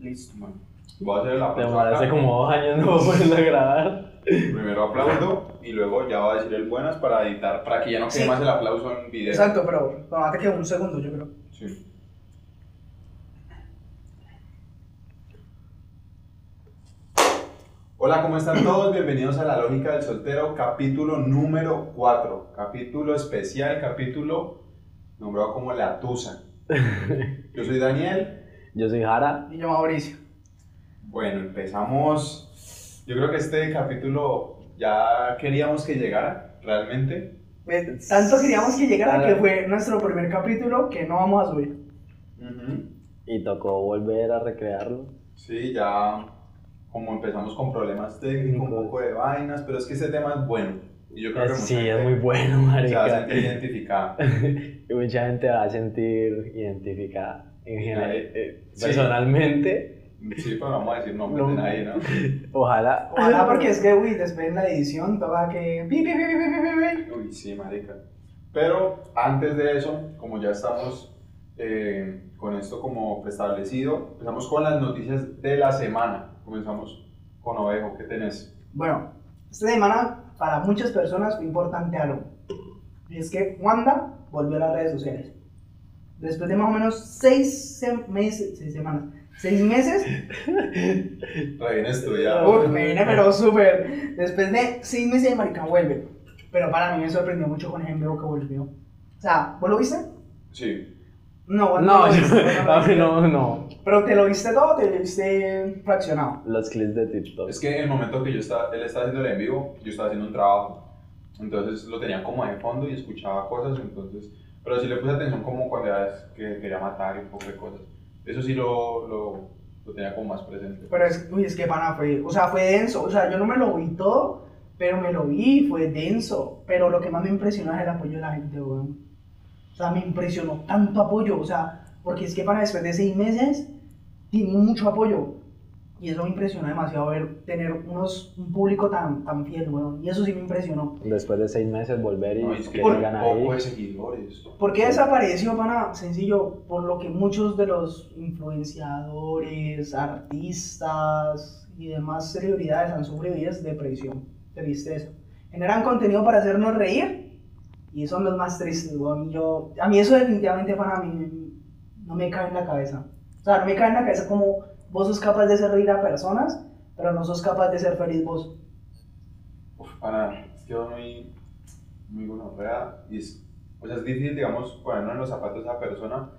Listo, man. Voy a hacer el aplauso acá. hace como dos años no volviendo a grabar. Primero aplaudo y luego ya va a decir el buenas para editar, para que ya no quede Sí. más el aplauso en video. Exacto, pero bueno, te quedó un segundo, yo creo. Sí. Hola, ¿cómo están todos? Bienvenidos a La Lógica del Soltero, capítulo número 4, capítulo especial, capítulo nombrado como La Tusa. Yo soy Daniel. Yo soy Jara. Y yo Mauricio. Bueno, empezamos. Yo creo que este capítulo ya queríamos que llegara, realmente. Eh, Tanto queríamos que llegara Ah. que fue nuestro primer capítulo que no vamos a subir. Ujú. Y tocó volver a recrearlo. Sí, ya como empezamos con problemas técnicos, un poco de vainas, pero es que ese tema es bueno. Y yo creo que Es- mucha sí, gente es muy bueno, se va a marica. sentir identificada. Y mucha gente va a sentir identificada. En general, Nadie- eh, sí. Personalmente, Sí, pero no vamos a decir nombres No. de nadie, ¿no? ojalá. Ojalá, porque es que, uy, después en la edición toca que. pi, pi, pi, pi, pi, pi, pi, pi. Uy, sí, marica. Pero antes de eso, como ya estamos eh, con esto como establecido, empezamos con las noticias de la semana. Comenzamos con Ovejo, ¿qué tenés? Bueno, esta semana para muchas personas fue importante algo. Y es que Wanda volvió a las redes sociales. Después de más o menos seis sem- meses, seis semanas, seis meses, Re bien estudiado. Uf, me vine pero súper. Después de seis meses de maricón vuelve. Pero para mí me sorprendió mucho con ejemplo que volvió. O sea, ¿vos lo viste? Sí, No, vos No, lo yo, viste, vos a lo mí viste. no, no. Pero te lo viste todo, o te lo viste fraccionado. Los clips de TikTok. es que en el momento que yo estaba, él estaba haciendo el en vivo, yo estaba haciendo un trabajo. Entonces lo tenía como de fondo y escuchaba cosas, entonces... Pero sí le puse atención como cuando era que quería matar y un poco de cosas. Eso sí lo, lo, lo tenía como más presente. Pero es, uy, es que pana fue, o sea, fue denso. O sea, yo no me lo vi todo, pero me lo vi, fue denso. Pero lo que más me impresionó es el apoyo de la gente, weón. O sea, me impresionó tanto apoyo, o sea, porque es que para después de seis meses tiene mucho apoyo. Y eso me impresionó demasiado ver, tener unos, un público tan, tan fiel, weón. Y eso sí me impresionó. Después de seis meses volver y No, y es que que tiene vengan un ahí. poco de seguidores. ¿Por qué desapareció, pana? Sencillo, por lo que muchos de los influenciadores, artistas y demás celebridades han sufrido y es depresión, tristeza. Generan contenido para hacernos reír y son los más tristes, weón. Yo, a mí eso definitivamente, pana, a mí no me cae en la cabeza. O sea, no me cae en la cabeza como vos sos capaz de hacer reír a personas, pero no sos capaz de ser feliz vos. Uf, pana, es que yo muy, muy gonorrea y es, o sea, es difícil, digamos, ponernos en los zapatos de esa persona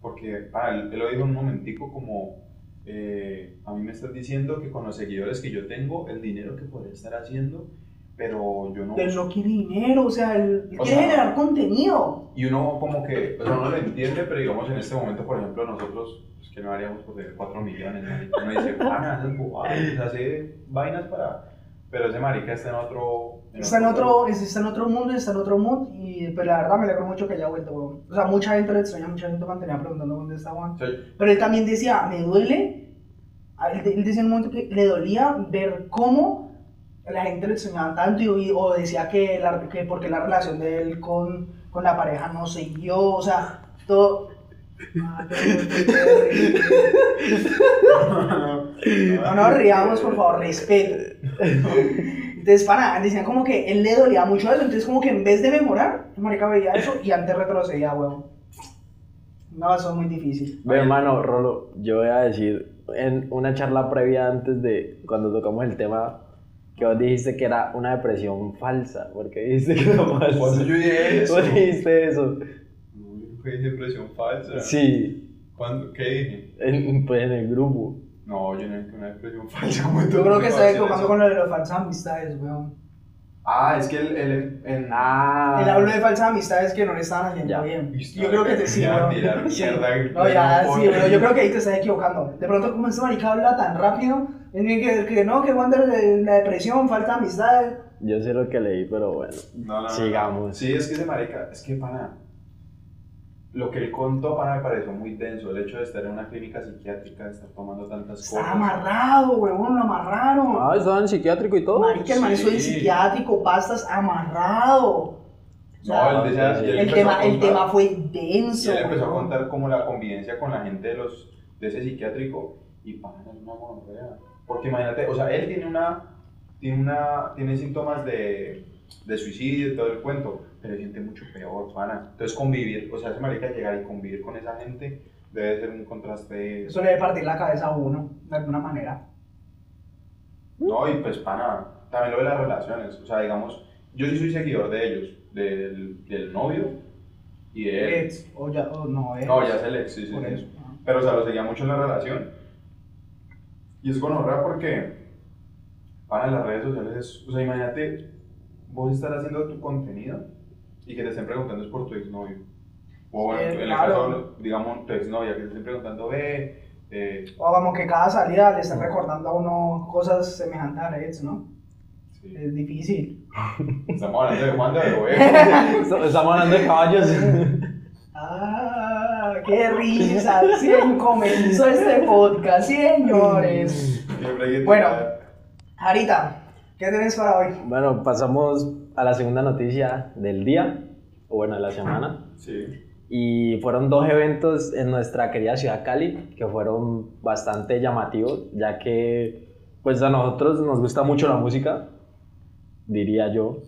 porque, pana, él, él lo dijo en un momentico como, eh, a mí me estás diciendo que con los seguidores que yo tengo, el dinero que podría estar haciendo, pero yo no... Pero él no quiere dinero, o sea, él, él O quiere sea- generar contenido. Y uno como que, o sea, uno lo entiende, pero digamos en este momento, por ejemplo, nosotros, pues que no haríamos por tener 4 millones, marica. Uno dice, pana, esas bobadas, pues, hace vainas para... Pero ese marica está en otro... Está en, otro, es- está en otro mundo y está en otro mood. Y pues la verdad me alegro mucho que haya vuelto, weón. O sea, mucha gente lo extraña, mucha gente mantenía preguntando dónde está Juan. O sea, Pero él también decía, me duele. Ah, Él, de- él decía en un momento que le dolía ver cómo la gente lo extrañaba tanto. Y, y- o decía que, la, que porque la relación de él con, con la pareja no siguió. O sea, todo. Ah, qué- No nos riamos, por favor, respeto. Entonces, para, decían como que él le dolía mucho eso, entonces como que en vez de mejorar, el marica veía eso y antes retrocedía, huevón. No, eso es muy difícil. Ve, hermano, Rolo, yo voy a decir, en una charla previa antes de cuando tocamos el tema, que vos dijiste que era una depresión falsa, porque dijiste que era Pues Cuando falsa. yo dije eso. Vos dijiste eso. No, yo fue depresión falsa. Sí, ¿Cuándo? ¿Qué dije? en- pues en el grupo. No, yo no dije una depresión falsa. como Yo creo que está equivocando con lo de las falsas amistades, weón. Ah, es que él, él en... Él habló Ah, de falsas amistades que no le estaban haciendo Ya. bien. Listo, Yo creo que te sí, ya, weón. tirar Sí. mierda, No, ya, no, sí, por- pero yo creo que ahí te estás equivocando. De pronto, como este marica habla tan rápido, es bien que, que no, que Wander, eh, la depresión, falta de amistades. yo sé lo que leí, pero bueno. No, no, no. Sigamos. Sí, es que ese marica, es que pana. Lo que él contó, pana, me pareció muy denso. El hecho de estar en una clínica psiquiátrica, de estar tomando tantas Está cosas. amarrado, huevón, lo amarraron. Ah, estaban en psiquiátrico y todo. Marica, el man sí. estuvo en psiquiátrico, pastas amarrado. O sea, No, él decía- y él el, empezó tema, a el contar- tema fue Y denso. él empezó a huevón. contar como la convivencia con la gente de, los, de ese psiquiátrico Y pana, es una gonorrea. Porque imagínate, o sea, él tiene una, tiene una, tiene síntomas de, de suicidio y todo el cuento, pero siente mucho peor, pana. Entonces convivir, o sea, ese marica llegar y convivir con esa gente debe ser un contraste. Eso le debe partir la cabeza a uno, de alguna manera. No, y pues pana, también lo de las relaciones, o sea, digamos, yo sí soy seguidor de ellos, del, del novio y de él. Ex, o ya, o no, ex. Eh. No, ya es el ex, sí, sí, Eh, Por sí. eso. ah. pero o sea, lo seguía mucho en la relación. Y es gonorrea porque para las redes sociales es, o sea, imagínate vos estar haciendo tu contenido y que te estén preguntando es por tu exnovio. O bueno, Sí, en el claro. caso, digamos, tu exnovia, que te estén preguntando, ve, eh, O como Ah, que cada salida le están recordando a uno cosas semejantes a la ex, ¿no? sí. Es difícil. estamos hablando de Juan de Bebé. So- Estamos hablando de caballos. ¡Ah! ¡Qué risa! ¡Cien comenzó este podcast, señores! Siempre hay que Bueno. tirar. Jarita, ¿qué tenés para hoy? bueno, pasamos a la segunda noticia del día, o bueno, de la semana. Sí. Y fueron dos eventos en nuestra querida ciudad Cali que fueron bastante llamativos, ya que pues a nosotros nos gusta mucho la música, diría yo.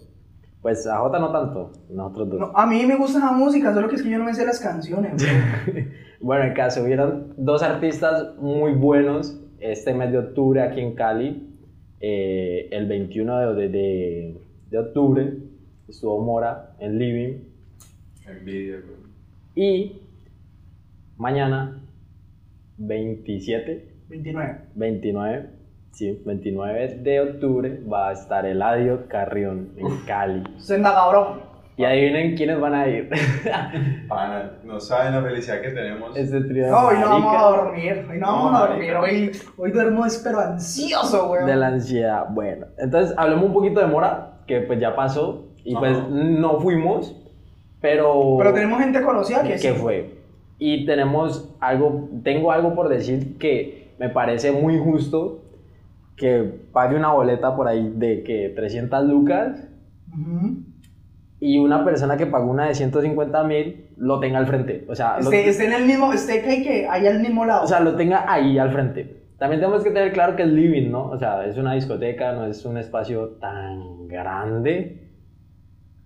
Pues a Jota no tanto, nosotros dos. No, a mí me gusta la música, solo que es que yo no me sé las canciones. bro. Bueno, en caso, hubieron dos artistas muy buenos este mes de octubre aquí en Cali. Eh, el 21 de, de- de octubre estuvo Mora en Living Envidia, güey. y mañana 27 29. 29, sí, 29 de octubre va a estar Eladio Carrión en Cali. Senda cabrón. Y adivinen quiénes van a ir. Pana, no saben la felicidad que tenemos. Este trío de No, hoy no vamos marica, a dormir. Hoy no No, vamos a dormir. marica. Hoy, hoy duermo es pero ansioso, de weón. la ansiedad. Bueno, entonces hablemos un poquito de Mora, que pues ya pasó y pues Ajá. no fuimos, pero Pero tenemos gente conocida que que sí. fue. Y tenemos algo, tengo algo por decir que me parece muy justo que pague una boleta por ahí de que 300 lucas Ujú. y una persona que pagó una de 150 mil lo tenga al frente. O sea, Ah, lo, Esté, esté Este, en el mismo, esté que, que ahí al mismo lado. o sea, lo tenga ahí al frente. También tenemos que tener claro que es living, ¿no? O sea, es una discoteca, no es un espacio tan grande.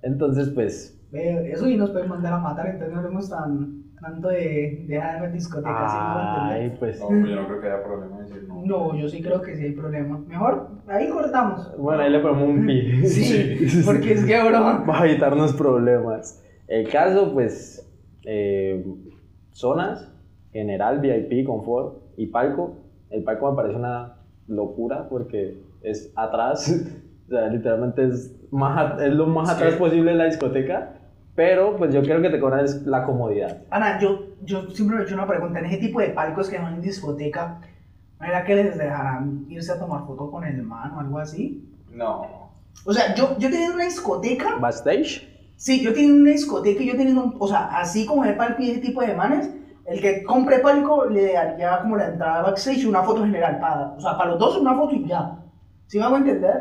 Entonces, pues, Ve, eso y nos pueden mandar a matar, entonces no hablemos tan, tanto de dejar de ver discotecas. ¿sí me va a entender? ay, pues. No, pues yo no creo que haya problema en decir no. No, yo sí creo que sí hay problema. Mejor, ahí cortamos. Bueno, ahí le ponemos un pi. Sí, porque es que, bro. Va a evitarnos problemas. El caso, pues, eh, zonas, general, VIP, confort y palco. El palco me parece una locura porque es atrás, o sea, literalmente es, más, a- es lo más Sí. atrás posible de la discoteca, pero pues yo creo que te cobran es la comodidad. Ana, yo, yo siempre me he hecho una pregunta. En ese tipo de palcos que van en discoteca, ¿no era que les dejarán irse a tomar foto con el man o algo así? No. O sea, yo, yo tenía una discoteca Backstage, Sí, yo tenía una discoteca y yo tenía un, o sea, así como el palco y ese tipo de manes, el que compre palco le daría como la entrada backstage y una foto general para, o sea, para los dos una foto y ya. ¿Sí me hago entender?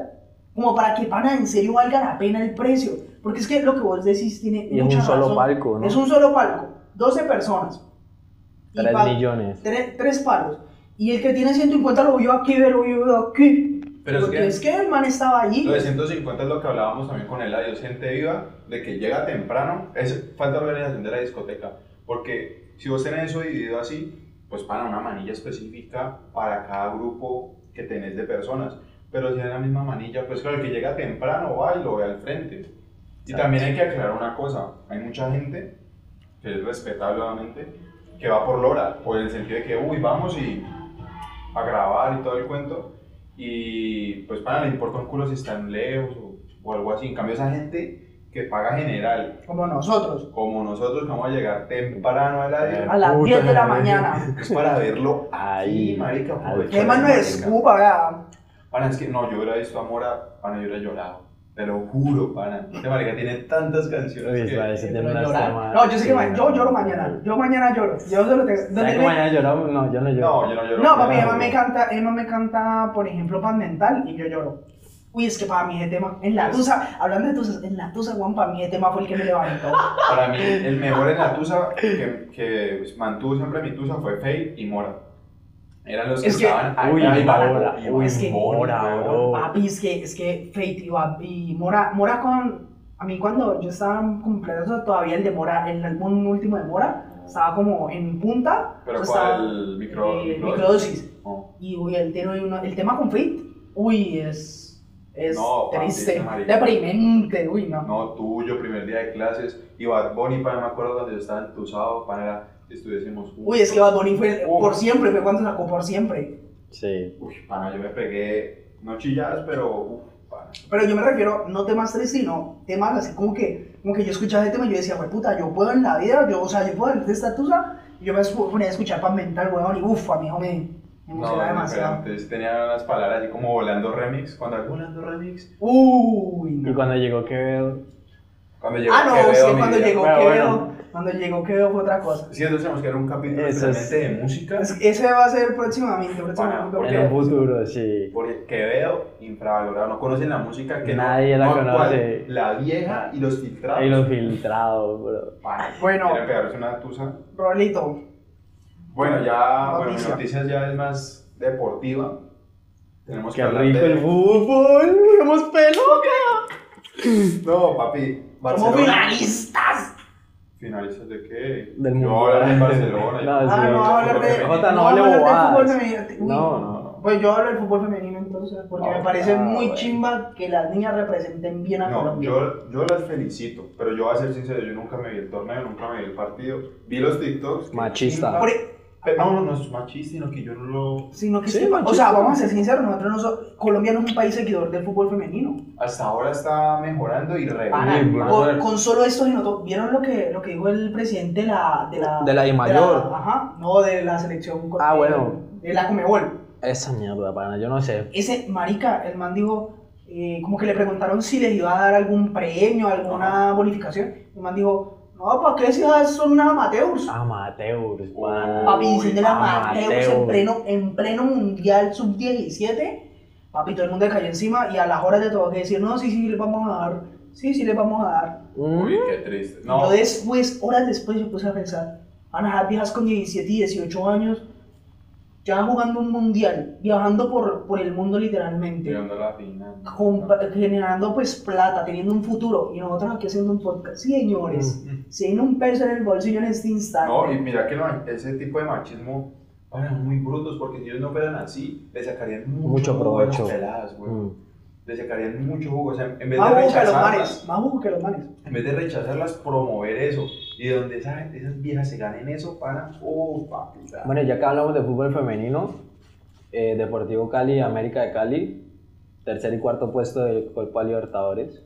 Como para que para en serio valga la pena el precio, porque es que lo que vos decís tiene Y es mucha un solo razón. palco, ¿no? Es un solo palco, 12 personas. Y 3 pa- millones. Tres, tres palos. Y el que tiene 150 lo vio aquí, lo vio aquí. Pero es porque que- es que el man estaba allí. Lo de 150 es lo que hablábamos también con el adiós gente viva, de que llega temprano, es falta de organización de la discoteca, porque si vos tenés eso dividido así, pues para una manilla específica para cada grupo que tenés de personas, pero si es la misma manilla, pues claro, el que llega temprano va y lo ve al frente. Y también hay que aclarar una cosa, hay mucha gente, que es respetable obviamente, que va por Lora, por el sentido de que, uy, vamos y a grabar y todo el cuento, y pues para, le importa un culo si están lejos o, o algo así. En cambio, esa gente que paga general, Como nosotros. como nosotros que vamos a llegar temprano al área, A las Puta 10 de la madre. mañana. es para verlo Ahí, ahí, marica. al aprovechar Qué mano esa de marica. escupa, vea. Pana, es que no, yo hubiera visto a Mora, pana, yo hubiera llorado. Te lo juro, pana. Este marica tiene tantas canciones. Uy, que- parece Pero tener unas llorar. temas- No, yo sé que sí, ma- yo lloro mañana. Yo mañana lloro. Yo solo tengo. ¿Sabes ¿dónde que me- mañana lloramos? No, yo no lloro. No, yo no lloro. No, papi, Emma lloro. me canta, Emma me canta, por ejemplo, Pan Mental y yo lloro. Uy, es que para mí ese tema, en la Yes. tusa, hablando de tusas, en la tusa, Juan, para mí ese tema fue el que me levantó. Para mí, pues, el mejor en la tusa que, que mantuvo siempre mi tusa fue Faye y Mora. Eran los que Es que- estaban Uy, allá y Mora, Barón, y uy, es que- Mora, bro. Papi, es que, es que Fate y, Bad- y Mora, Mora con... A mí cuando yo estaba en cumpleaños todavía el de Mora, el álbum último de Mora, estaba como en punta. Pero o sea, cuál estaba, el micro, eh, micro- microdosis. No. Y uy, el, tema, el tema con Fate, uy, es, es No, papi, triste, ese marica. deprimente, uy, no. No, tuyo, primer día de clases. Y Bad Bunny, para me acuerdo cuando yo estaba entusado, para era que estuviésemos juntos. Uy, es que Bad Bunny fue Uf. por siempre, fue cuando sacó por siempre. Sí. Uy, pana, yo me pegué, no chilladas, pero uf, pana. Pero yo me refiero, no temas tristes, sino temas así como que, como que yo escuchaba ese tema y yo decía, "Güey, puta, yo puedo en la vida, yo, o sea, yo puedo en esta estatusa. Y yo me escu- ponía a escuchar para mental, weón, y uff, a mí hijo me me No, emocionaba pero demasiado. antes tenía unas palabras así como volando remix. Cuando algo volando remix, Uy, Y no. cuando llegó Quevedo, cuando llegó Ah, Quevedo, no, es que mi cuando vida- llegó Bueno, Quevedo, bueno. cuando llegó Quevedo fue otra cosa. Sí, entonces tenemos que era un capítulo Eso es- especialmente de música. Es- Ese va a ser próximamente, próximamente. ¿por en qué? porque- un futuro, sí. Porque Quevedo, infravalorado, no conocen la música que no- Nadie la no, conoce. cuál, La vieja y los filtrados. Y los filtrados, bro. Pana, Bueno. quieren pegarse una tusa. Rolito, Bueno, ya, bueno, mi Noticia. noticia ya es más deportiva. Tenemos que Qué hablar rico de- el fútbol, somos peloca. No, papi, somos Barcelona. finalistas. ¿Finalistas de qué? Del Yo mundo. hablar de Barcelona. No, Ah, no, va a hablar de. Jota, no va a hable hablar del bobadas. fútbol femenino. Uy, No, no. no, Pues yo hablo del fútbol femenino entonces, porque Ah, me parece ah, muy bueno. chimba que las niñas representen bien a no, Colombia. yo, yo las felicito, pero yo voy a ser sincero, yo nunca me vi el torneo, nunca me vi el partido. Vi los TikToks. Machista. Por e- Pero no, no, no es machista, sino que yo no lo... sino que Sí, sí, machista. o sea, vamos a ser sinceros, nosotros no so- Colombia no es un país seguidor del fútbol femenino. Hasta ahora está mejorando y re... Pana, Uy, con, brother. con solo esto y nosotros- ¿vieron lo que, lo que dijo el presidente de la de la, De la Dimayor. la- ajá, no de la selección col- Ah, bueno. de la Comebol. Esa mierda, pana, yo no sé. ese marica, el man dijo, eh, como que le preguntaron si les iba a dar algún premio, alguna bonificación. El man dijo, no, ¿para qué si esas son unas amateurs? Amateurs, pana. Papi, diciendo las amateurs. amateurs en pleno, en pleno mundial sub-17. Papi, todo el mundo le cayó encima y a las horas de todo que decir, no, sí, sí, les vamos a dar. Sí, sí, les vamos a dar. Mm, Uy, qué triste. No, Yo después, horas después, yo puse a pensar, van a dejar viejas con 17 y 18 años, ya jugando un mundial, viajando por, por el mundo literalmente. llegando a la final. compa- generando pues plata, teniendo un futuro y nosotros aquí haciendo un podcast. Señores, si hay un peso en el bolsillo en este instante, Mm. No, y mira que no, ese tipo de machismo eran muy brutos, porque si ellos no fueran así, le sacarían mucho, Mucho jugo a las provecho. peladas, güey. mm. Le sacarían mucho jugo. O sea, en vez de más bujo que los rechazarlas, manes, más bujo que los manes. en vez de rechazarlas, promover eso. Y donde esas, esas viejas se ganen eso, para, oh, papi. da. Bueno, ya que hablamos de fútbol femenino, eh, Deportivo Cali, América de Cali, tercer y cuarto puesto del Copa Libertadores.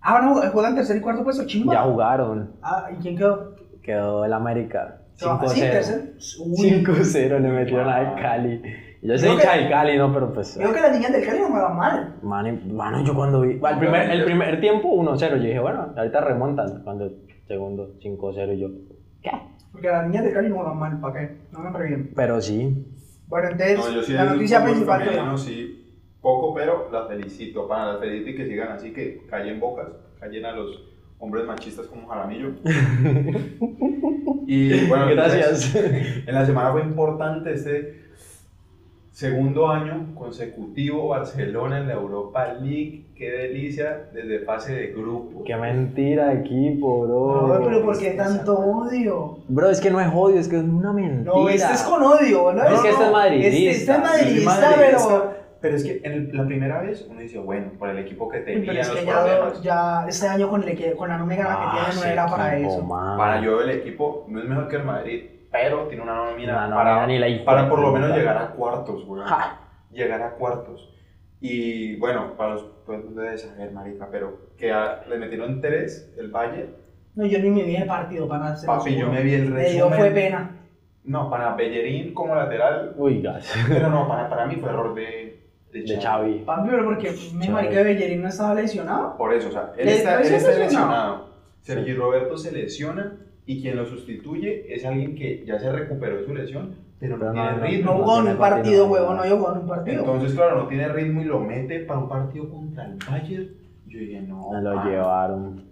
Ah, no, juegan tercer y cuarto puesto, Ya chimba. jugaron, Ah, ¿y quién quedó? quedó el América. Ah, sí, 5-0. tercer. Uy. 5-0 le metieron al Cali. Yo soy Creo hincha que- del Cali, no, pero pues. Creo que las niñas del Cali no juegan mal. Mano, mano, yo cuando vi. al primer- el primer tiempo 1-0, yo dije, bueno, ahorita remontan. Cuando el segundo 5-0, y yo. ¿Qué? Porque las niñas del Cali no juegan mal, ¿para qué? No me previenen. Pero sí, Bueno, entonces, No, yo sí la del noticia fútbol principal que femenino, sí, poco, pero las felicito, para las felicito y que sigan así, que callen bocas, callen a los hombres machistas como Jaramillo. y bueno, gracias. entonces, en la semana fue importante este segundo año consecutivo Barcelona en la Europa League. Qué delicia desde fase de grupo. Qué mentira, de equipo, bro. No, pero pues ¿por qué tanto odio? Bro, es que no es odio, es que es una mentira. No, este es con odio, ¿no? Es que este es Este, este madridista. es madridista, Yo soy pero... madridista, pero es que en el- la primera vez uno dice, bueno, por el equipo que tenía, Uy, Pero es los que ya, problemas. ya este año con, el que- con la nómina Ah, que tiene no era para eso. Para yo el equipo no es mejor que el Madrid, pero tiene una nómina Una nómina para, ni la hijo para de por lo puta. menos llegar a cuartos, weón. Ja. Llegar a cuartos. Y bueno, para los todo el mundo debe saber, marica, pero que a- le metieron tres el Valle. No, yo ni me vi el partido para hacer Papi, yo me vi el Me dio resumen. fue pena. No, para Bellerín como lateral, Uy, gas. pero no, para, para mí fue error de, De Xavi. Papi, pero porque mi Chale. marica de Bellerín no estaba lesionado. Por eso, o sea, él Le- está, pues él sí está está lesionado. Sergi Roberto se lesiona y quien lo sustituye es alguien que ya se recuperó de su lesión, pero no Pero no, tiene no, ritmo. No jugó en tiene un partido, partido, huevón, no. no jugó en un partido. Entonces, claro, no tiene ritmo y lo mete para un partido contra el Bayern. Yo dije, no. Me lo Ah, pana. llevaron.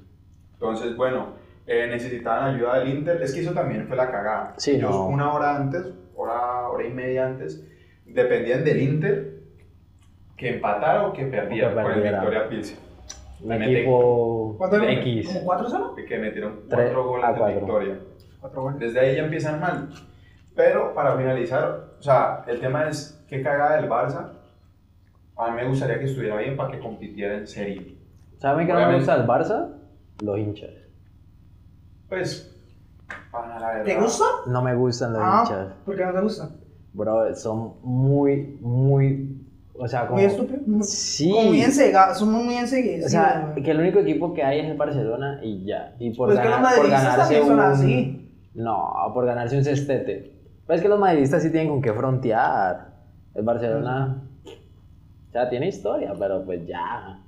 Entonces, bueno, eh, necesitaban ayuda del Inter. Es que eso también fue la cagada. Sí, Ellos no. una hora antes, hora, hora y media antes, dependían del Inter que empatara o que perdiera, O que con el perdiera. Victoria Pilsen. Un Le meten- equipo ¿Cuánto le- X. ¿Como 4-0? que metieron Tres cuatro goles a de cuatro. victoria. 4 goles. Desde ahí ya empiezan mal. Pero para finalizar, o sea, el tema es qué cagada del Barça. A mí me gustaría que estuviera bien para que compitiera en serie. ¿Saben qué no me Obviamente. gusta del Barça? Los hinchas. Pues, para la verdad. ¿Te gusta? Ah, No me gustan los hinchas. ¿Por qué no te gusta? Bro, son muy, muy. O sea, como. Muy estúpido. Sí. Como muy ensega- somos muy enseguidos. O sea, que el único equipo que hay es el Barcelona y ya. Y por, Pues que los ganar, por madridistas ganarse también son un... así. No, por ganarse un cestete. Pero es que los madridistas sí tienen con qué frontear. El Mm. Barcelona... O sea, tiene historia, pero pues ya.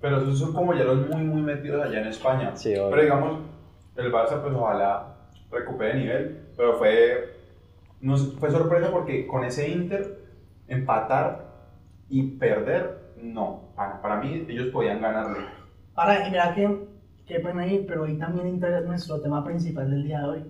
Pero esos son como ya los muy, muy metidos allá en España. Sí, obvio. Pero digamos, el Barça, pues ojalá recupere nivel. Pero fue, nos, fue sorpresa porque con ese Inter, empatar y perder, no. Para, para mí, ellos podían ganarle. Ahora, y mira que, qué pena ahí, pero hoy también entra nuestro tema principal del día de hoy.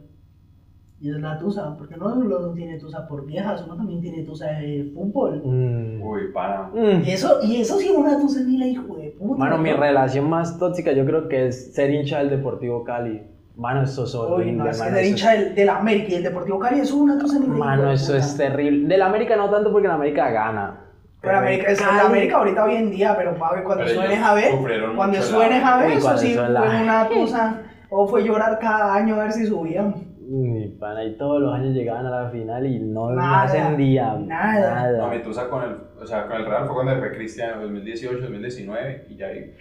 Y es la tusa, porque no solo tiene tusa por viejas, uno también tiene tusa de fútbol. Mm. Uy, para. Mm. Y eso, y eso sí, una tusa ni la hijo de puta. Mano, mi ¿no? relación más tóxica yo creo que es ser hincha del Deportivo Cali. Mano, eso es horrible. Uy, no, es que mano, ser eso es- hincha del, del América y del Deportivo Cali, eso es una tusa ni la hijo Mano, de eso puta. es terrible. Del América no tanto porque el América gana. Pero América, es Cali- la América ahorita hoy en día, pero papi, cuando Pero suene ellos a ver, sufrieron cuando mucho suene la- a ver, Uy, eso cuando sí fue suene la- una tusa. O fue llorar cada año a ver si subían. Mi pana, y todos los años llegaban a la final y no no Nada, ascendían. nada. No, mi tusa con el, o sea, con el Real fue cuando fue Cristiano, 2018, 2019, y ya ahí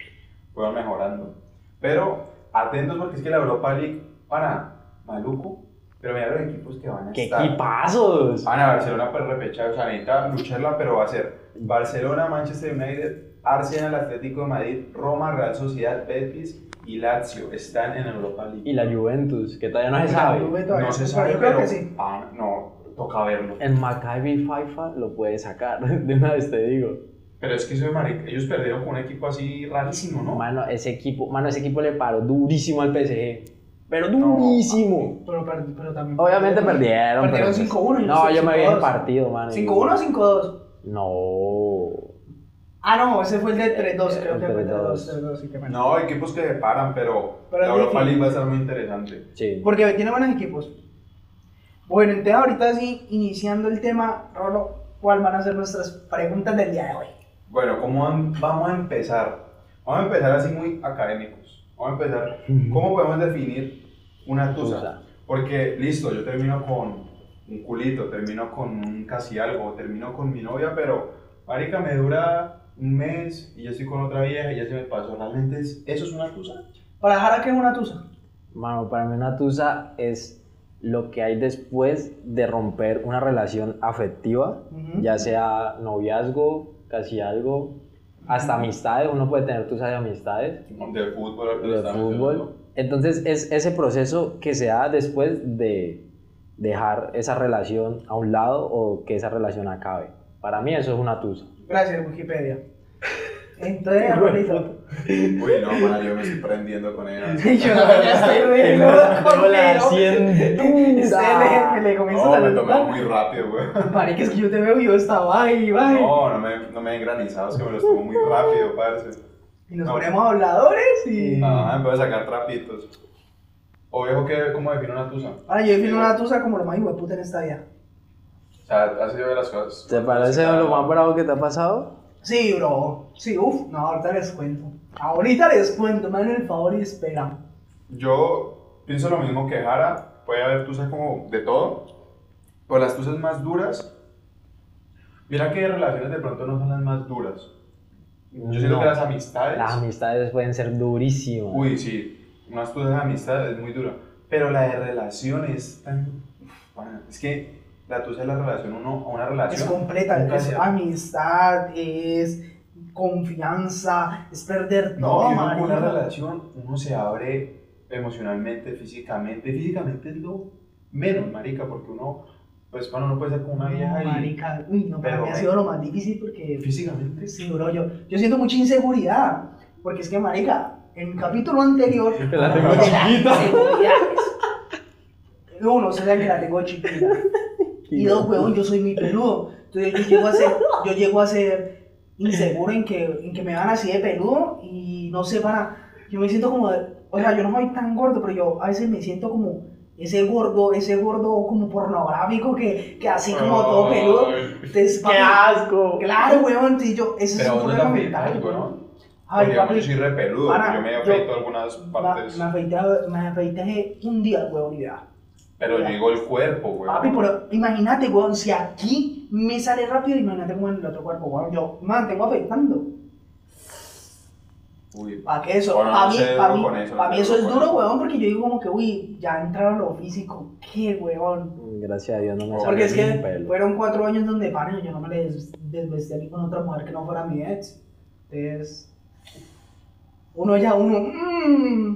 fueron mejorando. Pero atentos porque es que la Europa League, para maluco, pero mira los equipos que van a ¡Qué estar. equipazos! Van a Barcelona para repechar, o sea, necesita lucharla, pero va a ser Barcelona, Manchester United, Arsenal, Atlético de Madrid, Roma, Real Sociedad, Betis y Lazio están en Europa League. Y la Juventus, que todavía no se Yo sabe. creo No se sabe, yo creo pero que sí. ah, no, toca verlo. El Maccabi Faifa lo puede sacar, de una vez te digo. Pero es que eso de marica, ellos perdieron con un equipo así rarísimo, ¿no? Mano, ese equipo, mano, ese equipo le paró durísimo al PSG. Pero No, durísimo. Pero, per- pero también. Obviamente perdieron. pero Perdieron pues- 5-1. No, yo me vi el 5-2. partido, mano. y- 5-1 o 5-2. No. Ah, no, ese fue el de 3-2, creo que fue el de 3-2. 3-2. sí, qué pena. No, equipos que se paran, pero, Pero la es Europa difícil. League va a estar muy interesante. Sí. Porque tiene buenos equipos. Bueno, entonces ahorita sí, iniciando el tema, Rolo, ¿cuál van a ser nuestras preguntas del día de hoy? Bueno, ¿cómo van- vamos a empezar? Vamos a empezar así muy académicos. Vamos a empezar. ¿Cómo podemos definir una tusa? Tusa. Porque, listo, yo termino con un culito, termino con un casi algo, termino con mi novia, pero, marica, me dura un mes y yo estoy con otra vieja y ya se me pasó. ¿Realmente es- eso es una tusa? Para dejar a que es una tusa. Mano, para mí una tusa es lo que hay después de romper una relación afectiva, Ujú. ya sea noviazgo, casi algo, hasta amistades, uno puede tener tusas de amistades, De fútbol, ahorita lo de estaba fútbol. mencionando. Entonces es ese proceso que se da después de dejar esa relación a un lado o que esa relación acabe. Para mí eso es una tusa. Gracias, Wikipedia. Entonces, Hijo de Rolito. Uy, no, man, yo me estoy prendiendo con ella. Yo ya estoy re loco, la pero- Usted le, le comienza No, a me la tomé muy rápido, güey. Marica, es que yo te veo y yo estaba ahí, va. No, no me, no me den granizados, que me los tomo muy rápido, parce. Y nos No. ponemos habladores y. Ah, me voy a sacar trapitos. O viejo, que, ¿cómo defino una tusa? Ahora yo defino una tusa como lo más hueputa en esta vida. O sea, hace yo de las cosas. ¿Te parece lo más bravo que te ha pasado? Sí, bro. Sí, uff. No, ahorita les cuento. Ahorita les cuento, me dan el favor y espera. Yo pienso lo mismo que Jara. Puede haber tusas como de todo. Pero las tusas más duras. Mira que relaciones de pronto no son las más duras. Yo siento No. que las amistades. Las amistades pueden ser durísimas. Uy, sí. Unas tusas de amistad es muy dura. Pero la de relaciones tan. Bueno, es que la tusa es la relación uno a una Es relación. completa, Nunca es se- amistad, es confianza, es perder No, todo, y uno con una marica. relación uno se abre emocionalmente, físicamente. Físicamente es lo menos, marica, porque uno, pues, bueno, no puede ser como una vieja No, y marica. Uy, no, para Pero, mí ha eh. sido lo más difícil porque físicamente. Sí, bro, yo, yo siento mucha inseguridad. Porque es que, marica, en el capítulo anterior. Que la tengo hablamos de las chiquita. inseguridades. Uno se da que la tengo chiquita. Y dos, huevón, yo soy muy peludo. Entonces yo llego a ser, yo llego a ser inseguro en que, en que me van así de peludo y no sé, para. Yo me siento como. de- o sea, yo no soy tan gordo, pero yo a veces me siento como ese gordo, ese gordo como pornográfico que, que así como todo peludo. Entonces, ¡Qué papi, asco! claro, huevón, entonces yo. Ese es Pero un vos no te problema afeitas algo, mental, ¿no? Ay, Porque, papi, digamos, yo soy re peludo, para, yo me he yo- afeitado algunas ma- partes, me afeité- me afeité un día, huevón, y ya. pero llegó el cuerpo, güey. Papi, pero imagínate, weón, si aquí me sale rápido, imagínate como en el otro cuerpo, weón. Yo me mantengo afectando. Uy, ¿Para qué eso? Bueno, para no mí, sé para duro mí, con eso, no pa' sé mí eso duro es con duro, eso. weón, porque yo digo como que, uy, ya entrar a lo físico, qué, weón. Gracias a Dios no me salió Porque es ni que un pelo. fueron cuatro años donde, pana, yo no me les desvestí a ninguna otra mujer que no fuera mi ex. Entonces, uno ya, uno, mmm.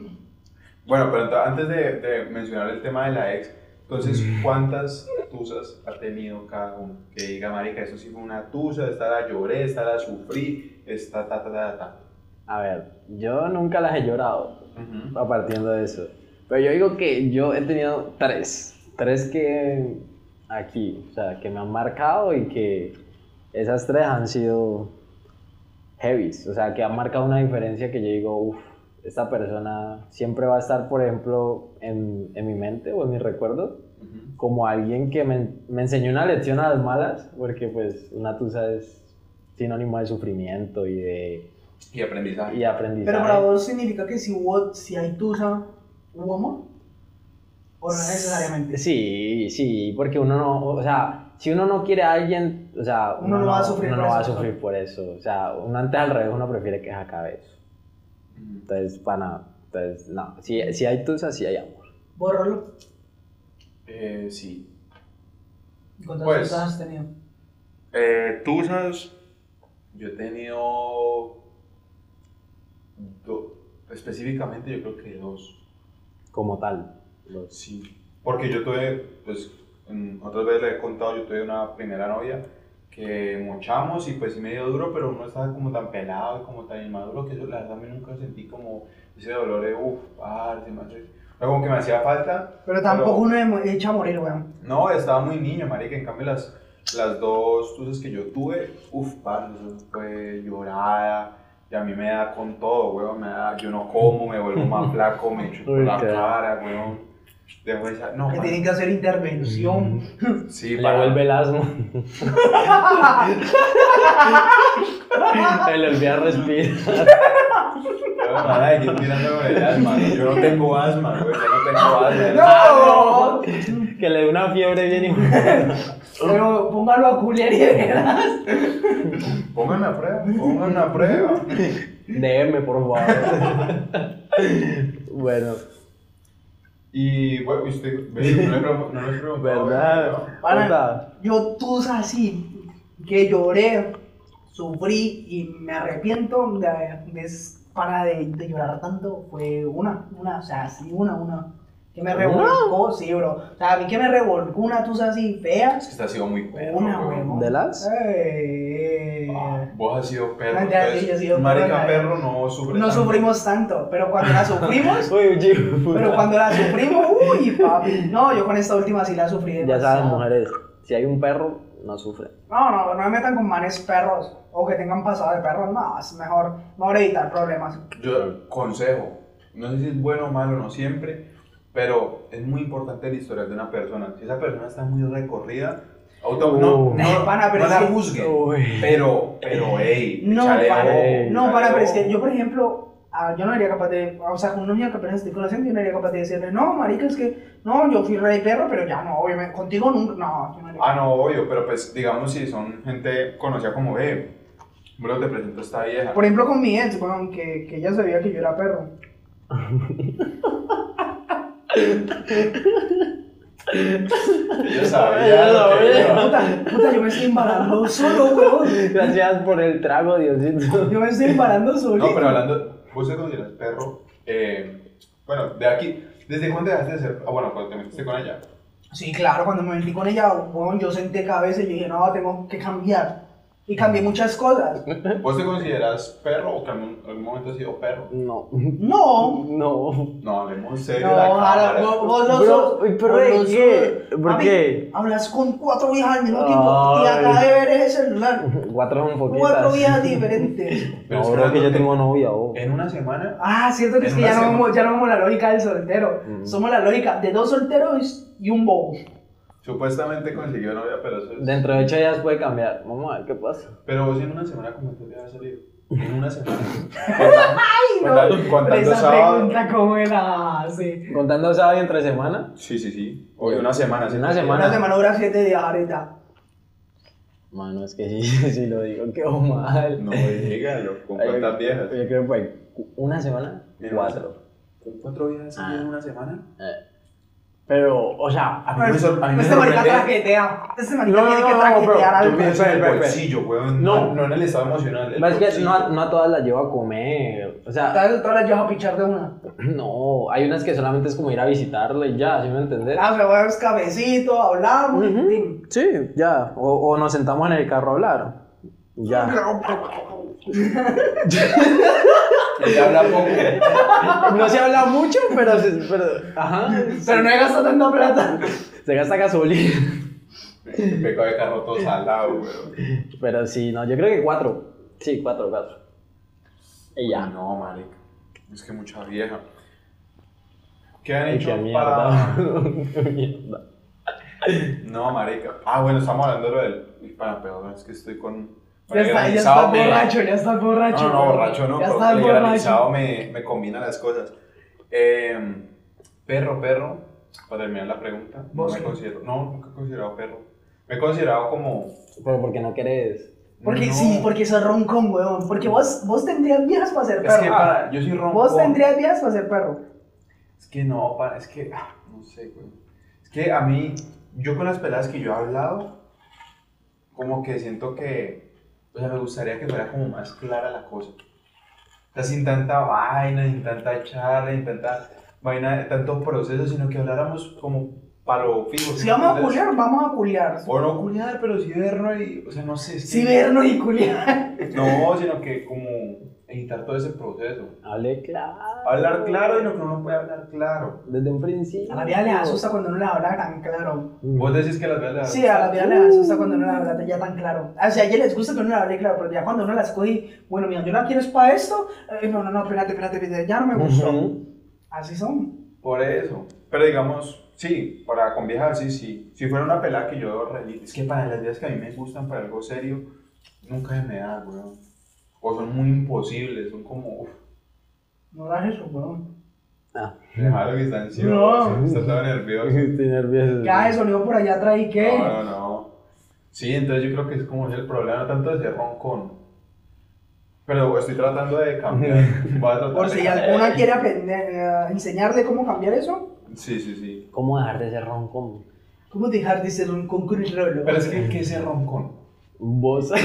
Bueno, pero ento- antes de, de mencionar el tema de la ex, entonces, ¿cuántas tusas ha tenido cada uno? Que diga, marica, eso sí fue una tusa, esta la lloré, esta la sufrí, esta ta ta ta ta. A ver, yo nunca las he llorado, Ujú. a partiendo de eso. Pero yo digo que yo he tenido tres. Tres que aquí, o sea, que me han marcado y que esas tres han sido heavies. O sea, que han marcado una diferencia que yo digo, uff, esta persona siempre va a estar, por ejemplo, en, en mi mente o en mis recuerdos Ujú. como alguien que me, me enseñó una lección a las malas, porque pues una tusa es sinónimo de sufrimiento y de Y aprendizaje. y aprendizaje. Pero para vos significa que si hubo, si hay tusa, hubo amor. O no necesariamente. Sí, sí, porque uno no, o sea, si uno no quiere a alguien, o sea, Uno no va a sufrir uno por no va a eso. sufrir por eso, o sea, uno antes al revés, uno prefiere que se acabe eso. Ujú. Entonces, para, entonces, no, si, si hay tusa, sí hay amor. Bórralo. Eh, sí. ¿Cuántas Pues. tusas has tenido? Eh, tusas, yo he tenido. do- específicamente, yo creo que dos. Como tal. Los- Sí, porque yo tuve, pues, en- otras veces le he contado, yo tuve una primera novia que mochamos y pues sí me dio duro, pero uno estaba como tan pelado y como tan inmaduro que yo la verdad a mí nunca sentí como ese dolor de, uff, parce, macho". O sea, como que me hacía falta. Pero tampoco uno uno he hecho a morir, weón. No, estaba muy niño, marica, en cambio las, las dos tusas que yo tuve, uff, parce, eso fue llorada. Y a mí me da con todo, weón, me da, yo no como, me vuelvo más flaco, me chupo Uy, la qué- cara, weón. Dejo esa, no, Que parce. tienen que hacer intervención. Sí, Le para- vuelve el asmo, se le olvida respirar. Ay, yo tirando con el asma. Yo no tengo asma, güey. Yo no tengo asma. ¡No! Que le dé una fiebre bien importante. Pero póngalo a culiar y verás. Pongan a prueba, pongan a prueba. DM, por favor. bueno, Y, güey, usted, ve, no le pregun- no les pregunto. verdad. Para. Puta, Yo tus así, que lloré, sufrí y me arrepiento de, haber- de para de, de llorar tanto fue una, una, o sea, sí, una, una. Que me ¿Una? revolcó, sí, bro. O sea, a mí que me revolcó una tusa así fea. Es que usted ha sido muy perro, Una, güey. weón. ¿De las? Eh, Ah, Vos has sido perro. Ah, ya, sí, yo he sido entonces, Marica perro, perro no sufre. No tanto. sufrimos tanto, pero cuando la sufrimos, Uy, Gio, puta. pero cuando la sufrimos, uy, papi. No, yo con esta última sí la sufrí. Ya demasiado. saben, mujeres, si hay un perro, no sufre. No, no, no me metan con manes perros o que tengan pasado de perros, no, es mejor, mejor evitar problemas. Yo, consejo. No sé si es bueno o malo, no siempre. Pero es muy importante el historial de una persona. Si esa persona está muy recorrida, auto, no, Uh. no, Pana, pero no es la que- juzguen. Uy. Pero, pero, ey, No, échale para, ojo, no, échale para, pero es que ojo. yo, por ejemplo, ah, yo no sería capaz de, o sea, con una niña que apenas estoy conociendo, yo no sería capaz de decirle, no, marica, es que, no, yo fui rey perro, pero ya no, obviamente, contigo nunca, no, yo no haría- Ah, no, obvio, pero pues digamos si son gente conocida como, ve, bro, te presento a esta vieja. Por ejemplo, con mi ex, weón, que, que ella sabía que yo era perro. Yo sabía. Yo lo que sabía. iba. Puta, puta, yo me estoy embarando solo, weón. Gracias por el trago, Diosito. Yo me estoy embarando solo. No, pero hablando, vos te consideras perro. eh, bueno, de aquí, ¿desde cuándo dejaste de ser? Ah, bueno, cuando te metiste con ella. Sí, claro, cuando me metí con ella, weón, yo senté cabeza y yo dije, no, tengo que cambiar. Y cambié muchas cosas. ¿Vos te consideras perro o que en algún, algún momento has sido perro? No. No. No. No, hablemos en No, serio. la ahora, cámara. vos, vos no Bro, sos. ¿y ¿Pero vos de no qué? sos- ¿Por Mami, qué? Hablas con cuatro viejas al mismo tiempo y Ay. acá de ver ese celular. Cuatro son poquitas. Cuatro viejas diferentes. Pero No, es bro, que yo en- tengo novia, oh. En una semana, Ah, cierto que es En que una ya no, semana. vamos, ya no vamos a la lógica del soltero. Mm. Somos la lógica de dos solteros y un bobo. supuestamente consiguió novia, pero eso es... Dentro de ocho días puede cambiar. Vamos a ver qué pasa. Pero vos en una semana, ¿cómo te habías salido? En una semana. Pero Contando- Contando Esa sábado. pregunta, ¿cómo era? Sí. Contando sábado y entre semana. Sí, sí, sí. O de una semana. sí. Una semana. Una semana dura siete días ahorita. Mano, es que sí, sí lo digo, quedó mal. No me diga, yo, con cuántas viejas. Yo creo que fue cu- una semana, Mira, cuatro. ¿Con cuatro viejas salido en una semana? Eh, Pero, o sea, a mí me sor- a mí me Este marica sorprende- traquetea. Este marica No, no, tiene que no, no, traquetear pero algo. tú piensas- Piensa en Espera, el espera, bolsillo, weón. No. no en el estado emocional. el Pero es que bolsillo. no, a- no a todas las llevo a comer. O sea, Entonces, todas las llevas a pichar de una. no, hay unas que solamente es como ir a visitarla y ya, ¿sí me entendés? Ah, o sea, voy a ver cabecito, hablamos. Ujú. tin. Sí, ya. O, o nos sentamos en el carro a hablar. Ya. Ella habla poco. No se habla mucho, pero, se- pero ajá, Pero no he gastado tanta plata. se gasta gasolina. Peco de carro todo salado, weón. Pero sí, no, yo creo que cuatro. Sí, cuatro, cuatro. Y ya. No, marica. Es que mucha vieja. ¿Qué han Ay, hecho qué mierda. para...? Qué mierda. No, marica. Ah, bueno, estamos hablando de lo del... Uy, para, pero es que estoy con... Ya está, ya está Granizado me- borracho, ya está borracho. No, no, borracho no, Ya pero está el borracho. granizado me, me combina las cosas. Eh, perro, perro, para terminar la pregunta, no ¿Vos me qué? considero, no, nunca he considerado perro. Me he considerado como... Pero porque no querés. Porque no, sí, porque sos roncón, weón. Porque vos, vos tendrías viejas para ser Es que perro. ah, para, yo soy Vos Oh. roncón. tendrías viejas para ser perro. Es que no, para, es que, ah, no sé, güey. Es que a mí, yo con las peladas que yo he hablado, como que siento que, o sea, me gustaría que fuera como más clara la cosa. O sea, sin tanta vaina, sin tanta charla, sin tanta vaina, de tanto proceso, sino que habláramos como para lo fijo. Si vamos a ¿entendés? culiar, vamos a culiar. O no culiar, pero sí vernos y, o sea, no sé. es Si que- vernos y culiar. No, sino que como evitar todo ese proceso. Hable claro. Hablar claro y lo que uno no puede hablar claro. Desde un principio. A la vida le asusta cuando no le habla tan claro. Vos decís que las peladas... Sí, a la vida le asusta cuando no le habla ya tan claro. Ah, O sea, a ella les gusta que uno le hable claro, pero ya cuando uno las coge y, bueno, mira, yo la quiero es para esto. eh, no, no, no, espérate, espérate, espérate, ya no me gustó. Ujú. Así son. Por eso. Pero digamos, sí, para con viejas, sí, sí. Si fuera una pelada que yo realice, es que para las ideas que a mí me gustan para algo serio, nunca se me da, weón. O son muy imposibles, son como, uff, No hagas eso, weón. Ah. dejarlo distanciado. No. Está tan nervioso. Estoy nervioso. Ya eso, sonido por allá trae qué. No, no, no. Sí, entonces yo creo que es como el problema, no tanto de ser roncón. Pero estoy tratando de cambiar. Voy a tratar Por de si cambiar. alguna quiere aprender, eh, enseñarle cómo cambiar eso, Sí, sí, sí. ¿Cómo dejar de ser roncón? cómo dejar de ser un concurrolo. Pero es que, ¿qué es ser roncón? Vos.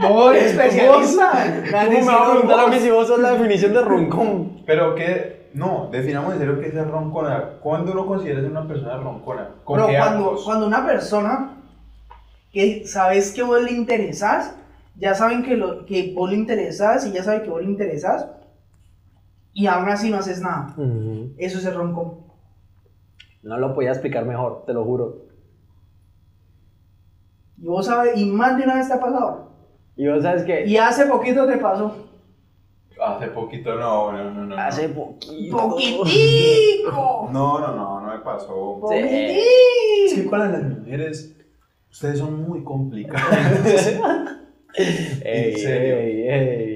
No, es especialista. ¿Cómo me va a preguntar a mí si vos sos la definición de roncón? Pero que, no, definamos en serio qué es ser roncona. ¿Cuándo uno considera ser una persona roncona? ¿Con Pero qué cuando, actos? cuando una persona que sabes que vos le interesás, ya saben que, lo, que vos le interesás y ya saben que vos le interesás, y aún así no haces nada. Ujú. Eso es el roncón. No lo podía explicar mejor, te lo juro. Y vos sabes, y más de una vez te ha pasado. Y vos sabes que Y hace poquito te pasó. Hace poquito no, no, no, no. hace poquito. ¡Poquitico! No, no, no, no me pasó. Es que ¡Poquitico! para las mujeres, ustedes son muy complicadas. Ey, En serio. ey, ey.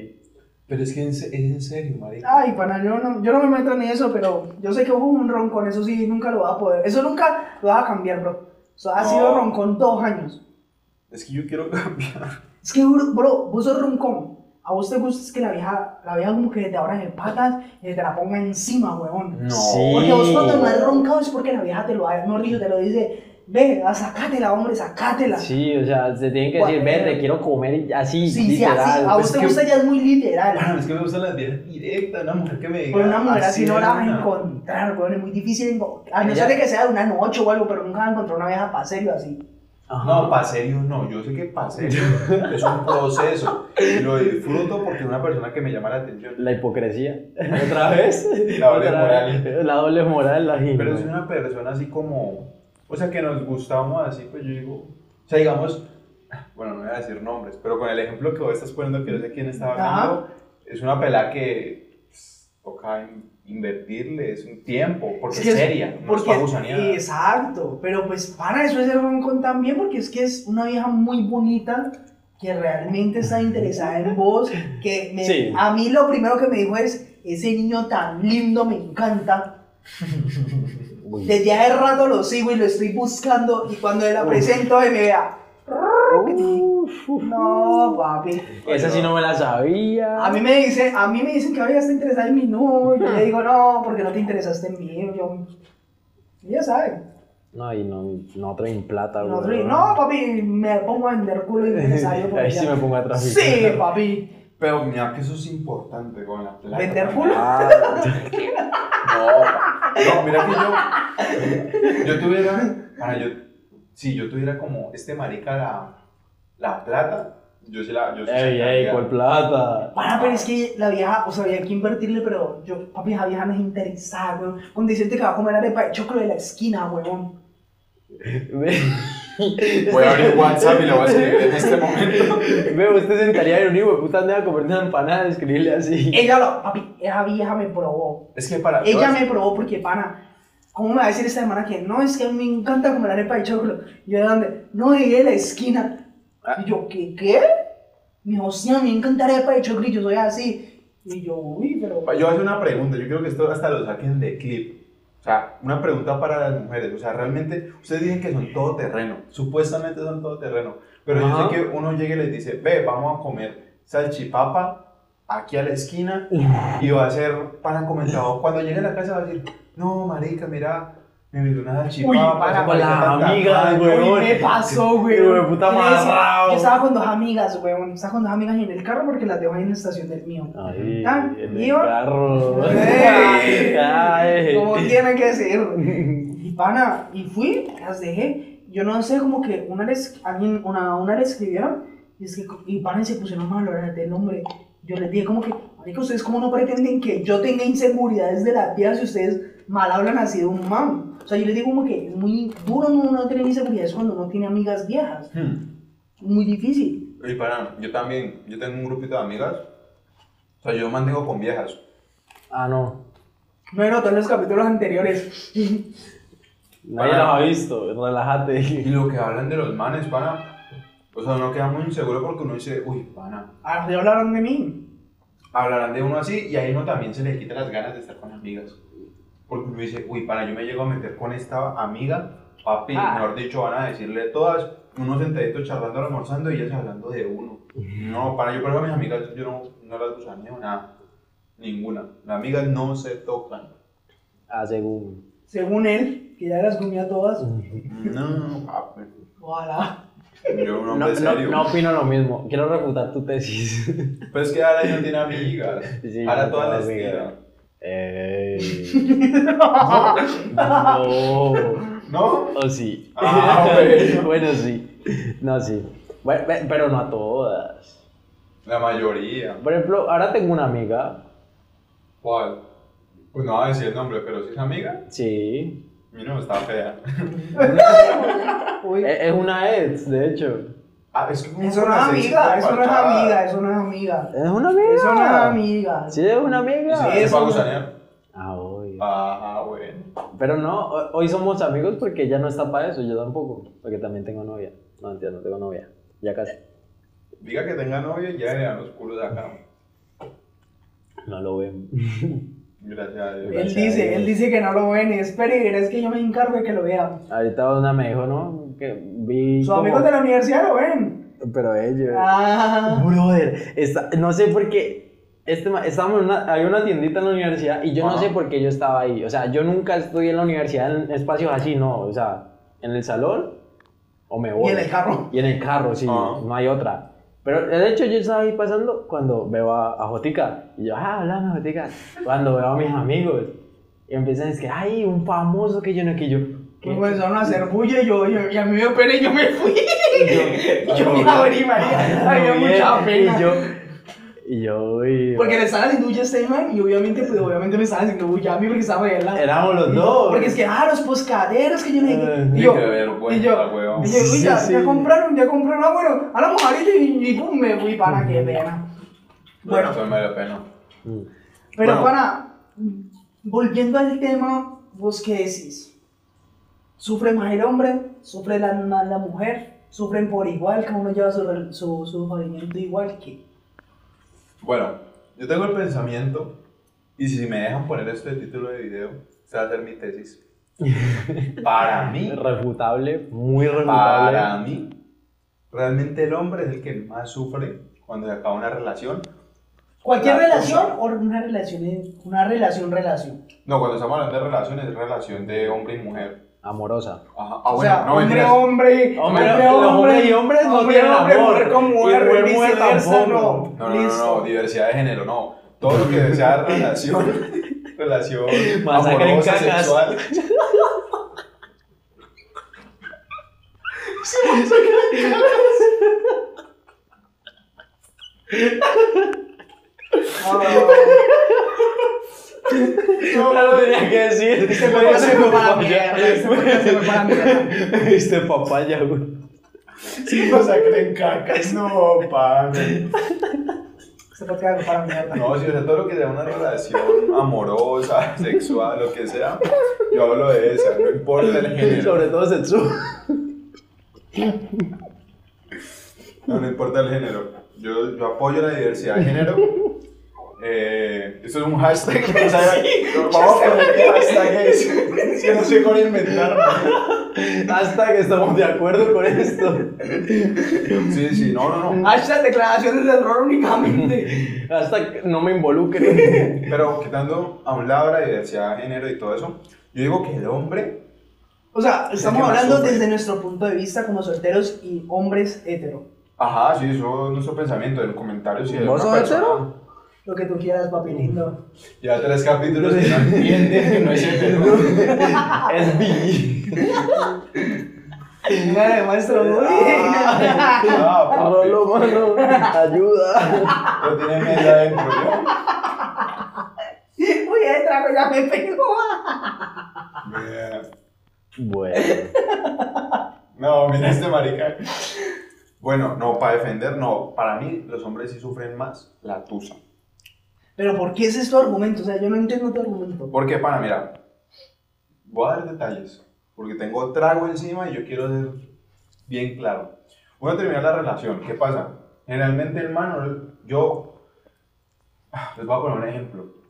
Pero es que en, se- es en serio, marica. Ay, pana, yo no, yo no me meto en eso, pero yo sé que vos un roncón, eso sí, nunca lo vas a poder. Eso nunca lo vas a cambiar, bro. Eso ha No. sido roncón dos años. Es que yo quiero cambiar. Es que, bro, bro, vos sos roncón. A vos te gusta es que la vieja, la vieja como que te abra de patas y te la ponga encima, huevón. No. Sí. Porque vos cuando no has roncado es porque la vieja te lo ha, no dicho, te lo dice, ve, ah, sacátela, hombre, sacátela. Sí, o sea, se tienen que decir, Bueno. ven, te quiero comer y así, sí, sí, así. literal. A vos Es te que- Ah, gusta ya es muy literal. Bueno, es que me gustan las vías directas, una mujer que me diga. Con Pues una mujer así no de la vas a una. encontrar, huevón, es muy difícil encontrar. A no Ella- ser de que sea de una noche o algo, pero nunca vas a encontrar una vieja para serio así. No, para serio no, yo sé que para serio es un proceso y lo disfruto porque es una persona que me llama la atención. La hipocresía. ¿Otra vez? La doble Otra moral. vez. La doble moral, la gina. Pero es una persona así como, o sea, que nos gustamos así, pues yo digo, o sea, digamos, bueno, no voy a decir nombres, pero con el ejemplo que vos estás poniendo, que no sé quién estaba Ajá. hablando, es una pelada que pues, toca in- invertirle, es un tiempo, porque es, Es que es- seria, no es Porque- para gusanear. exacto, pero pues para eso es el roncón también, porque es que es una vieja muy bonita que realmente está interesada en vos, que me- Sí. a mí lo primero que me dijo es, ese niño tan lindo me encanta, Uy. desde hace rato lo sigo y lo estoy buscando y cuando le la presento me vea, Uf, uf. no papi, Pues Esa sí no me la sabía. a mí me dice, a mí me dicen que ahora está interesada en mí, no, yo le digo no, porque no te interesaste en mí, yo, ya sabe. No, y no, no traen plata, No, güey. no, papi, me pongo a vender culo y necesario. porque Ahí sí ya- me pongo a traficar. Sí, papi. Pero mira que eso es importante con la plata. ¿Vender también. culo? Ah, No, no, mira que yo, eh, yo tuviera, ah, yo, si yo tuviera como este marica la, la plata, yo sí la, yo sí ey, ey, sacaría. ¿cuál plata? Para, pero es que la vieja, o sea, había que invertirle, pero yo, papi, esa vieja no es interesada, weón. Con decirte que va a comer arepa de choclo de la esquina, weón. Voy a abrir WhatsApp y lo voy a escribir en este momento. Veo, usted sentaría en un hijo de puta, anda a comer una empanada, escribirle así. Ella lo, papi, esa vieja me probó. Es que para. Ella me probó porque, pana, ¿cómo me va a decir esta hermana que no, es que me encanta comer arepa de choclo? Yo, ¿de dónde? No, de ahí de la esquina. Ah. Y yo, ¿qué, qué? Me dijo, sí, a mí me encanta arepa de choclo y yo soy así. Y yo, uy, pero... Yo voy a hacer una pregunta, yo creo que esto hasta lo saquen de clip. O sea, una pregunta para las mujeres. O sea, realmente, ustedes dicen que son todoterreno. Supuestamente son todoterreno. Pero Ajá. yo sé que uno llega y les dice, ve, vamos a comer salchipapa aquí a la esquina. Y va a ser pan comentado. Cuando llegue a la casa va a decir, no, marica, mira, me metió una salchipapa. Uy, esa para con marica la tan amiga, tacaña, güey. Uy, Weón. me pasó, Hijo de güey. puta Yo le decía- amarrado. Yo estaba con dos amigas, güey. Estaba con dos amigas en el carro porque las dejo ahí en la estación del mío. Ahí, Ah, en el iba. carro. Ey. Ay. Como tiene que ser. Y pana, y fui, las dejé. Yo no sé, como que una les, alguien, una, una le escribieron y es que, y pana, y se pusieron mal hablar del hombre. Yo les dije, como que, marica, ustedes como no pretenden que yo tenga inseguridades de la vida si ustedes mal hablan así de un man. O sea, yo les digo como que es muy duro no, no tener inseguridades cuando uno tiene amigas viejas. Hmm. Muy difícil. Y para, yo también, yo tengo un grupito de amigas. O sea, yo mantengo con viejas. Ah, no. No he notado en los capítulos anteriores. Nadie Para. los ha visto. Y Relájate. lo que hablan de los manes, pana. O sea, uno queda muy inseguro porque uno dice, uy, pana. Ah, ya hablaron de mí. Hablarán de uno así y ahí uno también se le quita las ganas de estar con amigas. Porque uno dice, uy, pana, yo me llego a meter con esta amiga, papi, Ah. mejor dicho, van a decirle todas, unos sentaditos charlando, almorzando y ellas hablando de uno. No, pana, yo por eso a mis amigas, yo no, no las gusaneo, nada. Ninguna. Las amigas no se tocan. Ah, según. Según él, que ya las comía todas. No, papi. Ojalá. Yo un No, hombre no, serio. no opino lo mismo. Quiero refutar tu tesis. Pero es Pues que ahora ya no tiene amigas. Sí, ahora no todas las tengo amigas. tiran. Ey. Pero No. ¿No? O sí. Ah, bueno. bueno, sí. No, sí. Bueno, pe- pero no a todas. La mayoría. Por ejemplo, ahora tengo una amiga. ¿Cuál? Pues no va a decir el nombre, pero si es amiga, Sí. a mí no está fea. E- Es una ex, de hecho. Ah, es que Eso no es amiga, eso no es amiga, eso no es amiga. Es una amiga. Eso no es amiga. Sí, es una amiga. ¿Es Eso para no- gusanear? Ah, obvio. Ah, bueno. Pero no, ho- hoy somos amigos porque ella no está para eso, yo tampoco. Porque también tengo novia. No, mentira, no tengo novia. Ya casi. Diga que tenga novia y ya le dan los culos de acá. No lo ven. Gracias a Dios. Él dice, él dice que no lo ven. Espere, es que yo me encargo de que lo vean. Ahorita una me dijo, ¿no? Que vi. Sus como- amigos de la universidad lo ven. Pero ellos. Ah. Brother, está- no sé por qué. Este, ma- estábamos en una, había una tiendita en la universidad y yo no Ajá. sé por qué yo estaba ahí. O sea, yo nunca estudié en la universidad en espacios así, no. O sea, en el salón o me voy. Y en el carro. Ah. Y en el carro, sí, Ajá. no hay otra. Pero de hecho yo estaba ahí pasando cuando veo a, a Jotica. Y yo, ah, hola, Jotica. Cuando veo a mis amigos. Y empiezan, es que, ay, un famoso que yo no, que yo. Pues comenzaron a hacer bulla y yo, y a mí me dio pena y yo me fui. Y yo me abrí, María. Había mucha pena. Y yo, y yo, uy, Porque le estaban haciendo bulla a este man y obviamente, pues obviamente me estaban haciendo bulla a mí porque estaba ahí al lado. éramos los dos. Porque es que, ah, los poscaderos que yo me Eh, y yo, qué y vergüenza, yo, weón. y yo, uy, Sí, ya, sí. ya compraron, ya compraron, ah, bueno, a la mujer y, y, pum, me fui para que vean. Bueno, Eso me da pena. Mm. pero bueno. para, volviendo al tema, vos qué decís, ¿sufre más el hombre? ¿Sufre la, más la mujer? ¿Sufren por igual? ¿Cada uno lleva su, re- su, su sufrimiento igual? que Bueno, yo tengo el pensamiento, y si me dejan poner esto de título de video, se va a hacer mi tesis. Para mí, Refutable, muy refutable. para mí, realmente el hombre es el que más sufre cuando se acaba una relación. ¿Cualquier La relación cosa. o una relación, en- una relación, relación? No, cuando estamos hablando de relaciones, es relación de hombre y mujer. Amorosa. Ajá. Ah, o bueno, sea, no, hombre, mentiras. hombre, Hombre, hombre, los hombres y hombres no tienen amor, mujer con y mujer, mujer, mujer viceversa, tampoco. No, no, no, no, diversidad de género, no. Todo lo que sea relación, relación Masacre en amorosa, cacas. sexual. No, Ya lo tenía que decir. Este papá se fue para la mierda. Este papá se fue para la mierda. Este papaya, güey. Sí, masacre en cacas, no, pana. Este podcast se fue para la mierda. No, sí, o sea, todo lo que sea una relación amorosa, sexual, lo que sea, yo hablo de esa, no importa el género. Sobre todo Setsu. No, no importa el género. Yo, yo apoyo la diversidad de género. Eh, esto es un hashtag. o sea, vamos a poner qué hashtag es. Es que no sé cómo inventarlo. Hasta que estamos de acuerdo con esto. Sí, sí, no, no, no. Hashtag declaraciones de error únicamente. Hasta que no me involucren. Pero quitando a un lado la diversidad de género y todo eso, yo digo que el hombre, O sea, estamos que más hablando sufre. desde nuestro punto de vista como solteros y hombres hetero. ajá, sí, eso es nuestro pensamiento, el comentario. Si es ¿Vos una sos persona- hetero? Lo que tú quieras, papi lindo. Ya tres capítulos que no entienden que no es hetero. Es B. Mira, maestro, muy Ah, bien. Rolo, mano. Ayuda. Lo tiene medio adentro, ¿no? Uy, el trago ya me pegó. Bueno. No, mira este marica. Bueno, no, para defender, no. Para mí, los hombres sí sufren más la tusa. Pero ¿por qué ese es tu argumento? O sea, yo no entiendo tu argumento. Porque, para, mira, voy a dar detalles. Porque tengo trago encima y yo quiero ser bien claro. Uno termina la relación, ¿qué pasa? Generalmente, hermano, yo. Ah, Les voy a poner un ejemplo.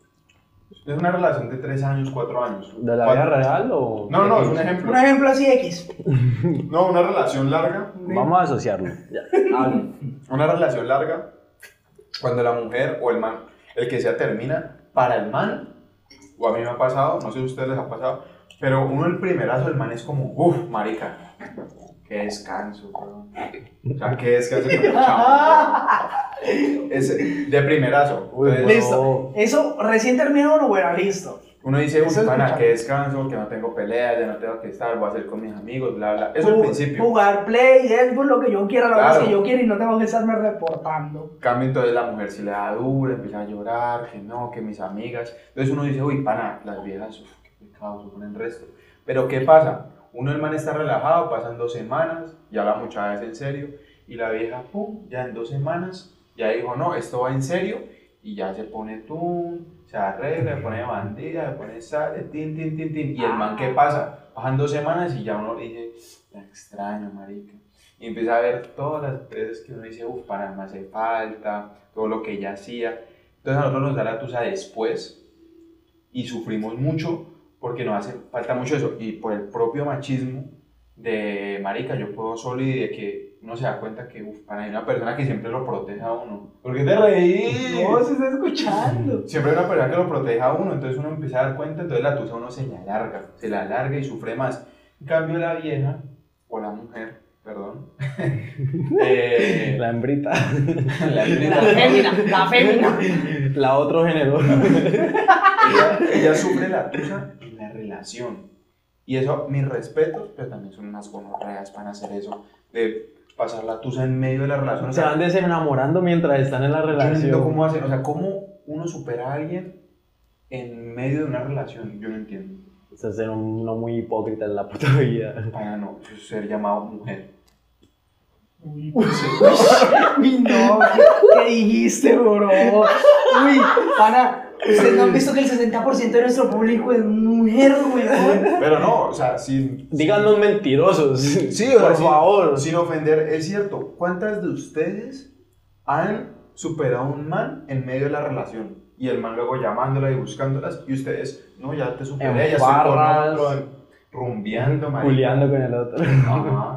Es una relación de 3 años, 4 años. ¿De la vida Cuatro- real o.? No, no, es un ejemplo. Un ejemplo así X. No, una relación larga. Vamos a asociarlo. Ya. Una relación larga, cuando la mujer o el man, el que sea termina, para el man, o a mí me ha pasado, no sé si a ustedes les ha pasado, pero uno el primerazo del man es como, uff, marica, qué descanso, weón. O sea, qué descanso que me Ah, echaba. Ese, de primerazo. Uy, Entonces, Listo. Eso recién terminó uno, bueno, listo. uno dice, Eso uff, es pana, escuchar. qué descanso, que no tengo peleas, ya no tengo que estar, voy a hacer con mis amigos, bla, bla. Eso es el Ju- principio. Jugar play, Xbox, lo que yo quiera, lo Claro. que yo quiera y no tengo que estarme reportando. cambio entonces la mujer si le da dura, empieza a llorar, que no, que mis amigas. Entonces uno dice, uy, pana, las viejas, uf, qué pecado, se ponen resto. Pero ¿qué pasa? Uno el man está relajado, pasan dos semanas, ya la muchacha es en serio, y la vieja, pum, ya en dos semanas, ya dijo, no, esto va en serio, y ya se pone tun, se arregla, se pone bandida, se pone sale, tin, tin, tin, tin. Y el man, ¿qué pasa? Pasan dos semanas y ya uno le dice, la extraño, marica. Y empieza a ver todas las veces que uno dice, uff, para me hace falta, todo lo que ella hacía. Entonces a nosotros nos da la tusa después y sufrimos mucho porque nos hace falta mucho eso. Y por el propio machismo de marica, yo puedo solo y de que uno se da cuenta que, uff, para hay una persona que siempre lo protege a uno. ¿Por qué te reís? No, se está escuchando. Siempre hay una persona que lo protege a uno, entonces uno empieza a dar cuenta, entonces la tusa a uno se le alarga, se le alarga y sufre más. En cambio la vieja, o la mujer, perdón, eh, La hembrita. la hembrita, La ¿no? fémina, la fémina. La otro género. ella, ella sufre la tusa en la relación. Y eso, mis respetos, pero también son unas gonorreas para hacer eso, de pasar la tusa en medio de la relación. O Se sea, van desenamorando mientras están en la yo no entiendo relación. cómo hacen, o sea, cómo uno supera a alguien en medio de una relación, yo no entiendo. Eso es ser uno muy hipócrita en la puta vida. Para no eso es ser llamado mujer. Uy, uy, no, ¿qué, qué dijiste, bro? Uy, pana, ustedes no han visto que el 60% de nuestro público es mujer, weón. Pero no, o sea, sin... Díganos mentirosos. Sí, o sea, por sin- favor. Sin ofender, es cierto. ¿Cuántas de ustedes han superado a un man en medio de la relación? Y el man luego llamándola y buscándolas. Y ustedes, no, ya te superé, En ya estoy con barras. otro, en- rumbeando, marica". Juliando con el otro. Ajá.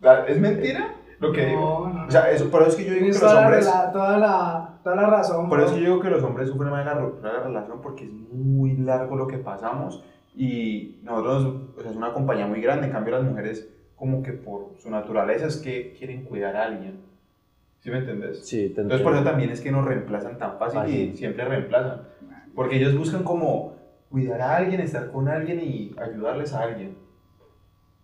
La- ¿Es mentira lo que No, digo? no, no. O sea, eso, por eso es que yo digo que Tienes los toda la, hombres... rela- toda, la, toda la razón. Por bro. eso yo digo que los hombres sufren más de la ruptura de la relación porque es muy largo lo que pasamos y nosotros, o sea, es una compañía muy grande, en cambio las mujeres como que por su naturaleza es que quieren cuidar a alguien, ¿sí me entendés? Sí, te Entonces por eso entiendo. también es que nos reemplazan tan fácil y Fácil. siempre reemplazan, porque ellos buscan como cuidar a alguien, estar con alguien y ayudarles a alguien.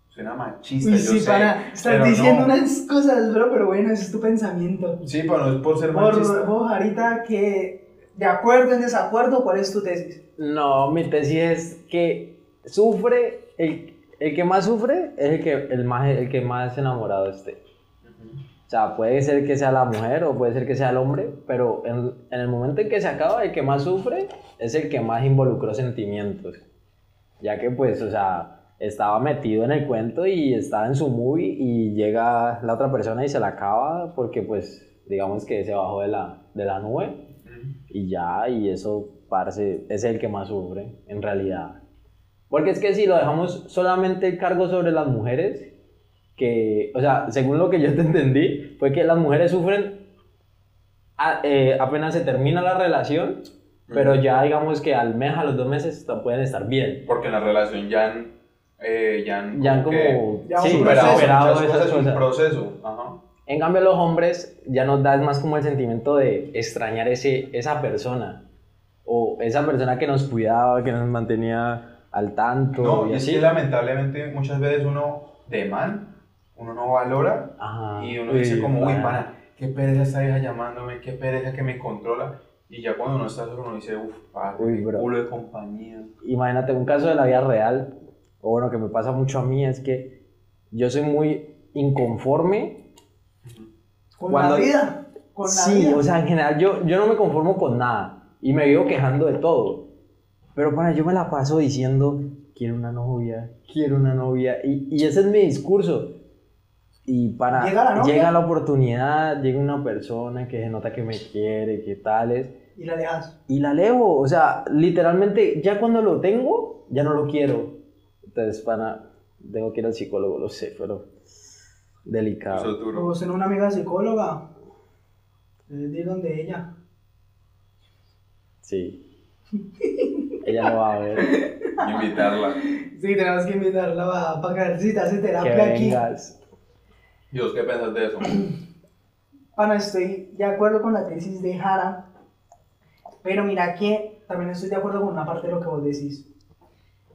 Suena machista, Uy, yo sí, sé. pana, estás pero diciendo no. unas cosas, bro, pero bueno, ese es tu pensamiento. Sí, pero no es por ser machista. Por, vos, ahorita, que de acuerdo en desacuerdo, ¿cuál es tu tesis? No, mi tesis es que sufre, el, el que más sufre es el que, el, más, el que más enamorado esté. O sea, puede ser que sea la mujer o puede ser que sea el hombre, pero en, en el momento en que se acaba, el que más sufre es el que más involucró sentimientos. Ya que pues, o sea, estaba metido en el cuento y estaba en su movie y llega la otra persona y se la acaba porque pues, digamos que se bajó de la, de la nube Ujú. y ya, y eso, parce, es el que más sufre, en realidad. Porque es que si lo dejamos solamente el cargo sobre las mujeres, que, o sea, según lo que yo te entendí, fue que las mujeres sufren a- eh, apenas se termina la relación, pero ya digamos que al mes, a los dos meses, t- pueden estar bien. Porque en la relación ya han, eh, ya han Ya han como que como ya han sí, superado muchas superado cosas, esas es un cosas. proceso. Ajá. En cambio, los hombres ya nos da más como el sentimiento de extrañar ese, esa persona. O esa persona que nos cuidaba, que nos mantenía al tanto. No, y y es así. que lamentablemente muchas veces uno de man, uno no valora Ajá. y uno dice como, uy, pana". pana, qué pereza esta vieja llamándome, qué pereza que me controla. Y ya cuando uno está solo uno dice, uff, Uy, padre, qué bro. culo de compañía. Imagínate un caso de la vida real, o bueno, que me pasa mucho a mí, es que yo soy muy inconforme Con Cuando- la vida. Con la sí, vida. o sea, en general yo, yo no me conformo con nada y me vivo quejando de todo. Pero para yo me la paso diciendo, quiero una novia, quiero una novia. Y, y ese es mi discurso. Y para Llega la novia. llega la oportunidad, llega una persona que se nota que me quiere, que tales. y la dejas. Y la leo, o sea, literalmente ya cuando lo tengo, ya no lo quiero. Entonces, para, tengo que ir al psicólogo, lo sé, pero delicado. Eso es duro. O sea, una amiga psicóloga. Es de donde ella. Sí. Ella lo va a ver. Invitarla. Sí, tenemos que invitarla para ver si te hace Que terapia aquí. vengas. Dios, ¿qué piensas de eso? Pana, estoy de acuerdo con la tesis de Jara, pero mira que también estoy de acuerdo con una parte de lo que vos decís.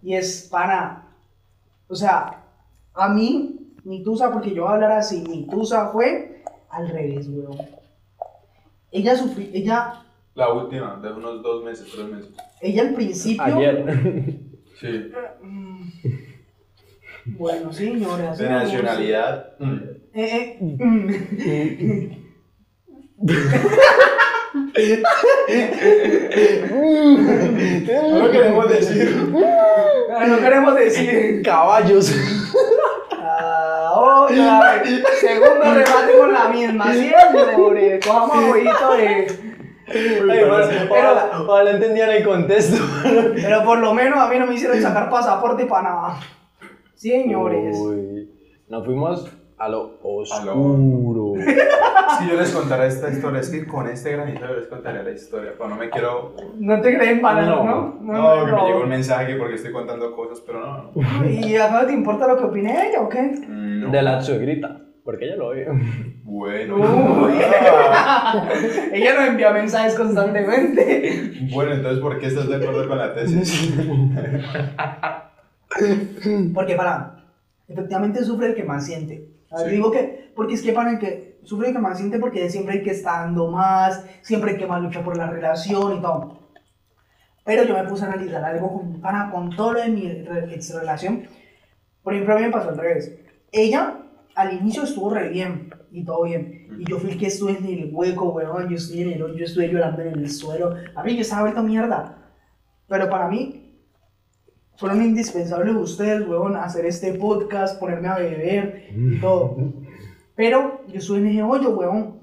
Y es, pana, o sea, a mí, mi tusa, porque yo voy a hablar así, mi tusa fue al revés, weón. Ella sufrió, ella, La última, de unos dos meses, tres meses. ella al principio... Ayer. Sí. Mm. Bueno, sí, yo De nacionalidad. mm. Eh, eh, mm. No lo queremos decir. Ah, no queremos decir. Caballos. Ah, otra. Segundo remate con la misma. Siempre, pobre. Cojamos jueguito de. pero ojalá entendían el contexto. Pero por lo menos a mí no me hicieron sacar pasaporte para nada. Señores. Uy, nos fuimos a lo A lo- oscuro. Si yo les contara esta historia, es que con este granito yo les contaré la historia, pero no me quiero... No te creen para nada, No. No, ¿no? que me llegó un mensaje porque estoy contando cosas, pero no. ¿Y a no te importa lo que opine ella o qué? no. De Mm, la suegrita. Porque ella lo ve. Bueno, Uy. ah. Ella nos envía mensajes constantemente. bueno, entonces, ¿por qué estás de acuerdo con la tesis? Porque para, efectivamente sufre el que más siente. A ver, Sí. Digo que, porque es que para el que sufre el que más siente porque siempre el que está dando más, siempre el que más lucha por la relación y todo. Pero yo me puse a analizar algo con, para, con todo lo de mi re- ex relación. Por ejemplo, a mí me pasó al revés. Ella al inicio estuvo re bien y todo bien. Y yo fui el que estuve en el hueco, weón. Yo estuve en el hoyo, yo estuve llorando en el suelo. A mí yo estaba vuelto mierda. Pero para mí fueron indispensables ustedes, weón, hacer este podcast, ponerme a beber Mm. y todo. Pero yo estuve en ese hoyo, weón.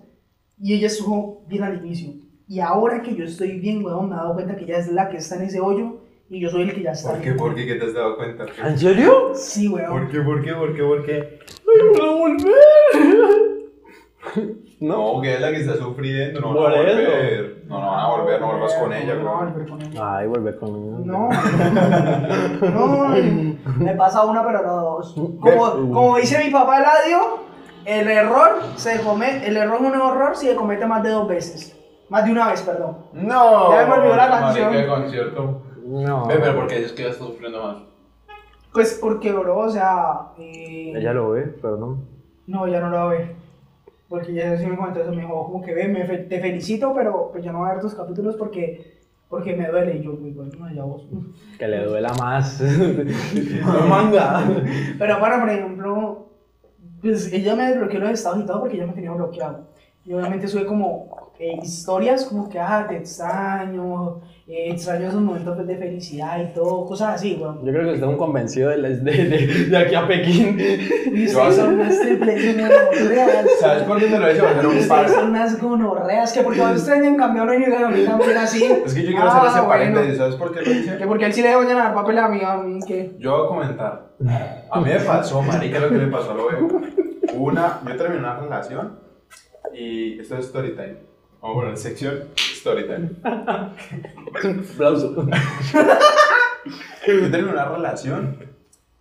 Y ella estuvo bien al inicio. Y ahora que yo estoy bien, weón, me he dado cuenta que ella es la que está en ese hoyo y yo soy el que ya está. ¿Por qué? bien. ¿Por qué? ¿Qué te has dado cuenta? ¿En serio? Sí, ¿Por weón. qué? ¿Por qué? ¿Por qué? ¿Por qué? ¡Ay, voy a volver! No. No, que es la que está sufriendo, no, no Por van a eso. volver. No, no van a volver, no vuelvas con ella, No, bro. no, volver con ella. Ay, volver conmigo. No, no, me pasa una pero no dos. Como, como dice mi papá Eladio, el error se come, el error es un error si se comete más de dos veces, más de una vez, perdón. No. Ya me olvidó la Marica, canción. el concierto. No. Ve, pero porque es que ya está sufriendo más. Pues porque, bro, o sea, eh, Ella lo ve, pero no. no, ya no lo ve, porque ya sí me comentó eso, me dijo como que ve, me fe- te felicito, pero pues yo no voy a ver tus capítulos porque, porque me duele y yo, pues, bueno, ya vos. Que le duela más. no manga. Pero bueno, por ejemplo, pues ella me desbloqueó los estados y todo porque ella me tenía bloqueado. Y obviamente sube como eh, historias como que, ah, te extraño, eh, extraño esos momentos pues, de felicidad y todo, cosas así, weón. Yo creo que está un convencido de, las- de, de- de aquí a Pekín. Y Yo hace- ustedes son unas triples gonorreas. ¿Sabes por qué te lo he hecho? Porque era un Ustedes par. son unas gonorreas, que porque a ustedes en cambio no hay una ahorita muy así. Es que yo quiero Ah, hacer ese bueno. paréntesis, ¿sabes por qué lo hice? Que porque él sí le voy a dar papel a mí, a mí, que... Yo voy a comentar. A mí me pasó, marica, lo que le pasó a lo veo. Una, yo terminé una relación y esto es story time. Vamos a poner sección story time. Aplauso. Yo terminé una relación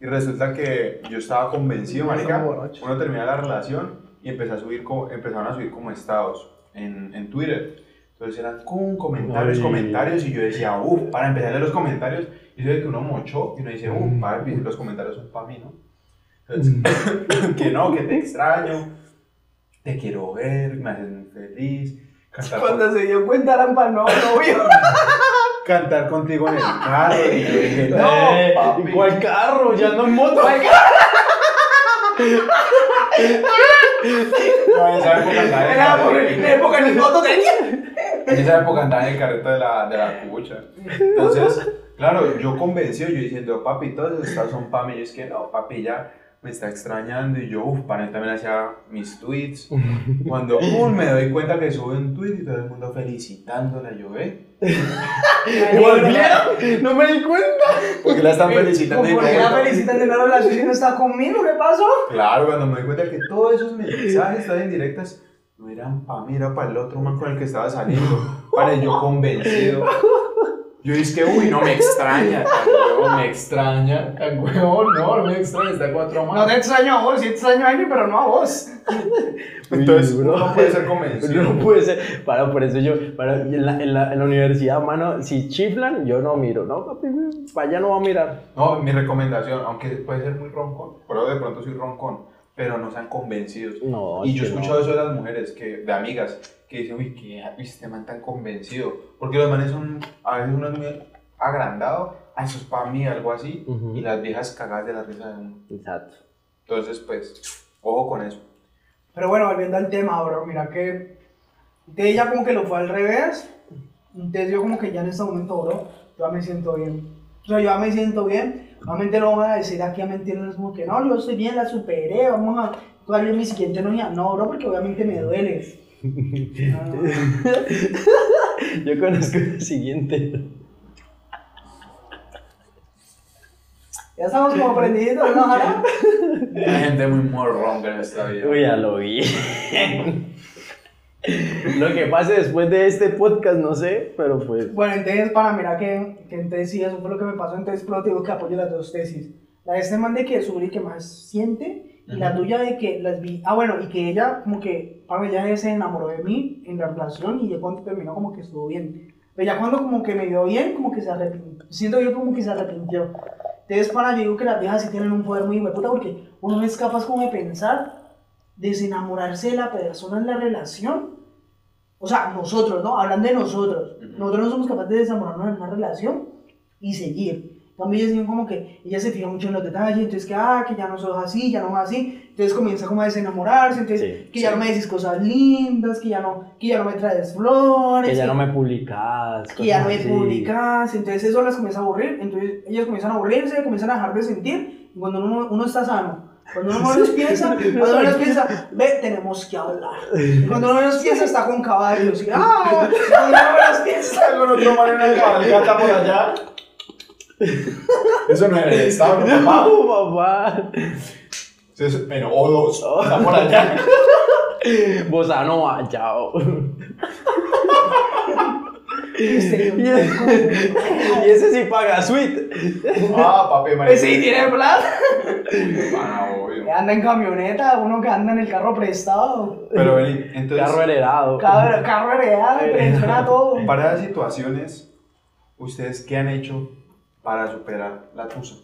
y resulta que yo estaba convencido, marica. Estaba borracho. Uno termina la relación y empecé a subir como, empezaron a subir como estados en, en Twitter. Entonces eran con comentarios, Ay. comentarios y yo decía, uff, para empezar de los comentarios. Y yo de que uno mochó y uno dice, uff, papi, los comentarios son para mí, ¿no? Entonces, que no, que te extraño, te quiero ver, me hacen feliz. Cantar, con- Cuando se dio cuenta eran para no, novio. cantar contigo en el carro. Y yo dije, No, no, Eh, ¿y papi. ¿Cuál carro? Ya no en moto. No, en esa época andaba en el Era carro. porque en la época en el voto tenía. En esa época andaba en el carrito de la, de la cucha. Entonces, claro, yo convencido, yo diciendo, papi, todos esos estados son para mí. Y es que no, papi ya me está extrañando. Y yo, uff, para él también hacía mis tweets. Cuando uh, me doy cuenta que sube un tweet y todo el mundo felicitándola, yo, ¿eh? ve. ¿Y volvieron? No me di cuenta. Porque la están felicitando. y Como yo, porque la bueno, felicitan de la relación y no está conmigo, ¿qué pasó? Claro, cuando me doy cuenta que todos esos mensajes, todas las indirectas, no eran para mí, era para el otro man con el que estaba saliendo. Para yo convencido. Yo dije, uy, no me extraña, tan huevón, me extraña, tan huevón, no, no me extraña, está con otro man. No te extraño a vos, sí extraño a mí, pero no a vos. Entonces, Uy, uno bro. no puede ser convencido. No puede ser. Para, por eso yo, para, en, la, en, la, en la universidad, mano, si chiflan, yo no miro. No, papi, para allá no va a mirar. No, mi recomendación, aunque puede ser muy roncón, pero de pronto soy roncón, pero no sean convencidos. No, y es yo he que no. escuchado eso de las mujeres, que, de amigas, que dicen, uy, que este man tan convencido. Porque los manes son, a veces uno es muy agrandado, a eso es para mí, algo así, Ujú. y las viejas cagadas de la risa de uno. Exacto. Entonces, pues, ojo con eso. Pero bueno, volviendo al tema, bro, mira que de ella como que lo fue al revés. Entonces yo como que ya en este momento, bro, yo ya me siento bien. O sea, yo ya me siento bien. Obviamente no voy a decir aquí a mentirles como que no, yo estoy bien, la superé, vamos a cuál es mi siguiente novia. No, bro, porque obviamente me duele. No, no, no. Yo conozco el siguiente. Ya estamos como prendiditos, ¿no? Jara? Hay gente muy morronga en esta vida. Uy, ya lo vi. Lo que pase después de este podcast, no sé, pero pues. Bueno, entonces, para mirar que, que entonces sí, eso fue lo que me pasó. Entonces, pero te digo que apoyo las dos tesis. La de este man de que sufre y que más siente, Y la tuya de que las vi. Ah, bueno, y que ella, como que, para ella se enamoró de mí en la relación y ya cuando terminó, como que estuvo bien. Pero ya cuando, como que me dio bien, como que se arrepintió. Siento yo como que se arrepintió. Entonces, para yo digo que las viejas sí tienen un poder muy puta porque uno no es capaz como de pensar, desenamorarse de la persona en la relación. O sea, nosotros, ¿no? Hablando de nosotros. Ujú. Nosotros no somos capaces de desenamorarnos en una relación y seguir. En Cambio ellas dicen como que ella se fija mucho en los detalles, entonces que, ah, que ya no sos así, ya no vas así. Entonces comienza como a desenamorarse, entonces Sí, que ya sí. no me decís cosas lindas, que ya no, que ya no me traes flores. Que ya no me publicás. que ya no me cosas así. publicas, entonces eso las comienza a aburrir, entonces ellas comienzan a aburrirse, comienzan a dejar de sentir, y cuando uno, uno está sano, cuando uno menos piensa, cuando uno menos piensa, ve, tenemos que hablar, y cuando uno menos piensa está con caballos, y ah, cuando uno menos piensa, Algo no toman en el cabalgata por allá. Eso no es el estado, papá. No, papá. Eso es- Pero o dos, está por allá. Bossa Nova, ah, chao. Este, Y ese, y ese sí paga suite. Ah, papi, marica. ese pues sí tiene plata, Ah, obvio. anda en camioneta, uno que anda en el carro prestado, Pero vení, entonces. Carro heredado. carro, carro heredado, presiona todo, Para las situaciones, ¿ustedes qué han hecho para superar la tusa?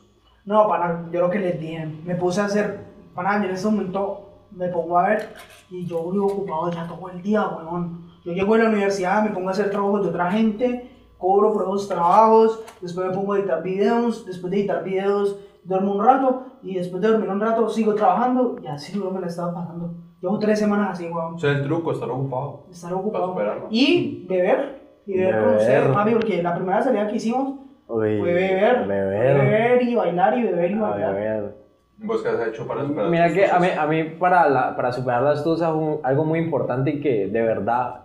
No, pana, yo lo que les dije, me puse a hacer, pana, yo en ese momento me pongo a ver y yo vivo ocupado ya todo el día, weón. Yo llego de la universidad, me pongo a hacer trabajos de otra gente, cobro por esos trabajos, después me pongo a editar videos, después de editar videos duermo un rato y después de dormir un rato sigo trabajando y así yo me la estaba pasando. Llevo tres semanas así, weón, O sea, el truco, estar ocupado. estar ocupado. Para superarlo. Y beber, y beber, con ustedes, Beber. papi, porque la primera salida que hicimos Uy, fue beber, Beber. beber y bailar y beber y A bailar. beber. ¿Vos qué has hecho para superar Mira tus que a mí, tusas? a mí para, la- para superar las cosas algo muy importante y que de verdad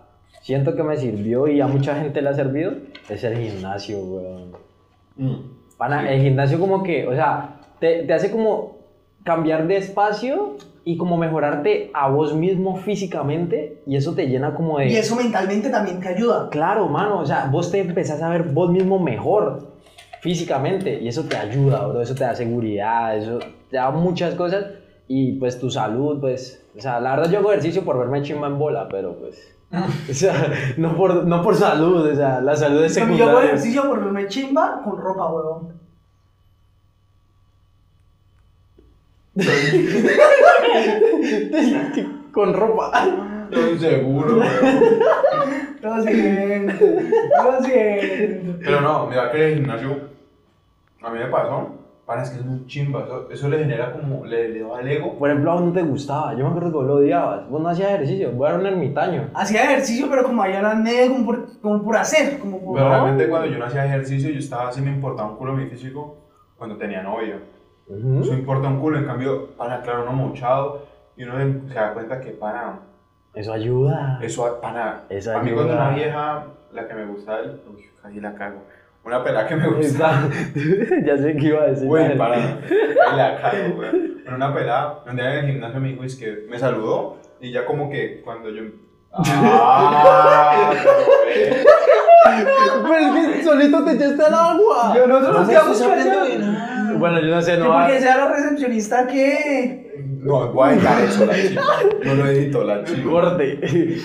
siento que me sirvió y a mucha gente le ha servido es el gimnasio, weón. Mm. Pana, Sí. el gimnasio como que, o sea, te, te hace como cambiar de espacio y como mejorarte a vos mismo físicamente y eso te llena como de... Y eso mentalmente también te ayuda. Claro, mano, o sea, vos te empezás a ver vos mismo mejor físicamente y eso te ayuda, bro, eso te da seguridad, eso te da muchas cosas y pues tu salud, pues, o sea, la verdad yo hago ejercicio por verme chimba en bola, pero pues, o sea, no por, no por salud, o sea, la salud es Cuando yo hago secundaria. ejercicio por verme chimba con ropa, huevón. Mm. Con ropa. Estoy seguro, weón. Lo siento, lo siento. Pero no, mira que el gimnasio a mí me pasó. Para es que es un chimba. Eso, eso le genera como, le, le da el ego. Por ejemplo, a vos no te gustaba, yo me acuerdo que vos lo odiabas, vos no hacías ejercicio, vos eras un ermitaño. Hacía ejercicio, pero como allá la media, como por, como por hacer, como por... Pero realmente cuando yo no hacía ejercicio, yo estaba así, me importaba un culo mi físico cuando tenía novia. Ujú. Eso importa un culo. En cambio, para, claro, uno mochado y uno se da cuenta que para, Eso ayuda. eso, para, Eso a mí ayuda. cuando una vieja, la que me gustaba, el- uy, casi la cago. Una pelada que me gustaba. Está- ya sé que iba a decir. Güey, para. Ahí la cago, güey. Pero una pelada, un día en el gimnasio me dijo, es que me saludó y ya como que cuando yo. ¡Ah! pero, güey. Pero es que solito te echaste al agua. Yo- nosotros nos quedamos callados. callados. Bueno, yo no sé, Que no. va- Ah. porque sea la recepcionista que... No, voy a editar eso, la chica. No lo edito, la chica. Corte.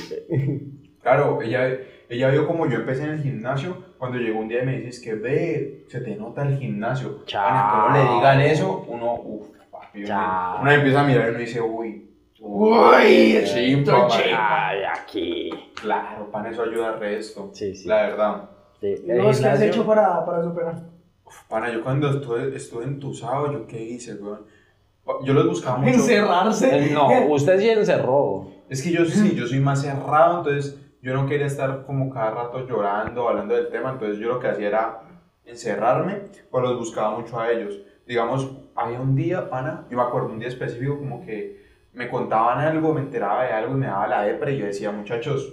Claro, ella, ella vio como yo empecé en el gimnasio. Cuando llegó un día y me dices que ve, se te nota el gimnasio. Chao. Ana, Cuando le digan eso, uno, uff, papi. Chao. Uno empieza a mirar y uno dice, uy. Uy, chimpa, estoy marica. Ay, aquí. Claro, para eso ayuda al resto. Sí, sí. La verdad. Sí, ¿Y el vos qué has gimnasio- hecho para, para superar? Uf, pana, yo cuando estuve, estuve entusado, ¿yo qué hice, weón? Pa- Yo los buscaba mucho. Encerrarse. Eh, No, usted sí encerró. Es que yo sí, yo soy más cerrado, entonces yo no quería estar como cada rato llorando, hablando del tema, entonces yo lo que hacía era encerrarme, pero los buscaba mucho a ellos. Digamos, había un día, pana, yo me acuerdo un día específico como que me contaban algo, me enteraba de algo y me daba la depre y yo decía, muchachos,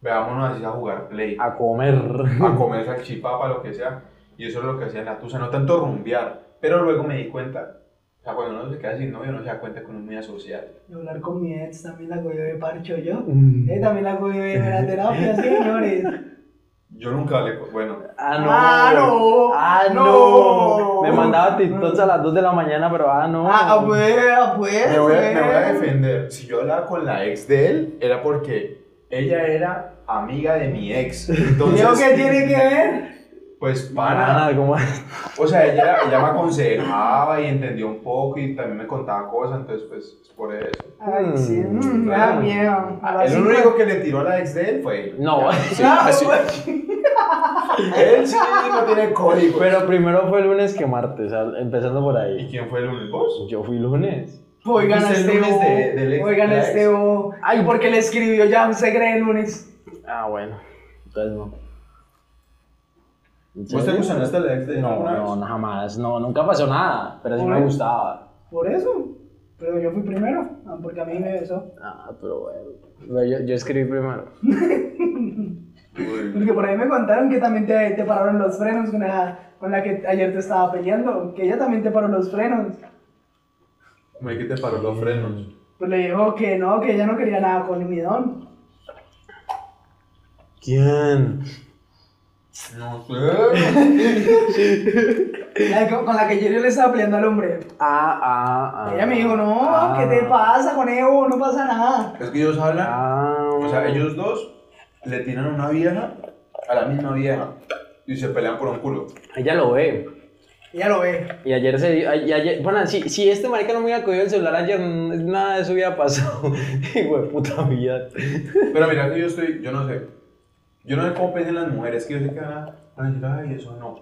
veámonos así a jugar play. A comer. a comer salchipapa, lo que sea. Y eso es lo que hacía en la tusa, no tanto rumbear. Pero luego me di cuenta, o sea, cuando uno se queda sin novio, no se da cuenta que uno es muy asocial. Y hablar con mi ex Eh, también la cogí de parcho yo. Mm. Eh, también la cogí de la terapia, señores. Yo nunca le... Bueno, Ah, no. ¡Ah, no! Ah, no. Me mandaba TikToks a las 2 de la mañana, pero ah, no. Ah, pues, ah, pues. Me voy, a, me voy a eh. defender. Si yo hablaba con la ex de él, era porque ella era amiga de mi ex. Entonces, ¿Yo qué tiene que ver? Pues Ah, pana. ¿cómo? O sea, ella, ella me aconsejaba y entendió un poco y también me contaba cosas, entonces pues es por eso. Ay, sí, Mm, mm, me da claro. miedo. A las El cinco- único que le tiró a la ex de él fue él. No. Sí, Ah, así- pues. Él sí no tiene código. Pero primero fue lunes que martes, o sea, empezando por ¿Y ahí. quién fue el único? ¿Vos? Yo fui lunes. Oigan a ¿Viste el este lunes de- del ex- bo. Oigan a la este ex? bo. Ay, porque le escribió ya un segre el lunes. Ah, bueno. Entonces no. ¿Vos te emocionaste a la ex de él No, alguna no, vez? no, jamás. No, nunca pasó nada. Pero sí me Bueno. gustaba. Por eso. Pero yo fui primero. ah, Porque a mí me besó. Ah, pero bueno. Pero Yo, yo escribí primero. Uy. Porque por ahí me contaron que también te, te pararon los frenos con la, con la que ayer te estaba peleando. Que ella también te paró los frenos. Me que te paró los frenos. Pues le dijo que no, que ella no quería nada con mi don. ¿Quién? No sé. La que- con la que yo le estaba peleando al hombre. Ah, ah, ah. Ella me dijo, no, Ah, ¿qué te pasa con Evo? No pasa nada. Es que ellos hablan Ah. O sea, ellos dos le tiran a una vieja a la misma vieja y se pelean por un culo. Ella lo ve. Ella lo ve. Y ayer se dio- y ayer, bueno, si, si este marica no me hubiera cogido el celular ayer, mm, nada de eso hubiera pasado. Hijo de puta vida. Pero mira que yo estoy, yo no sé, yo no sé cómo piensan las mujeres, que yo sé que van a- van a decir, ay, eso no.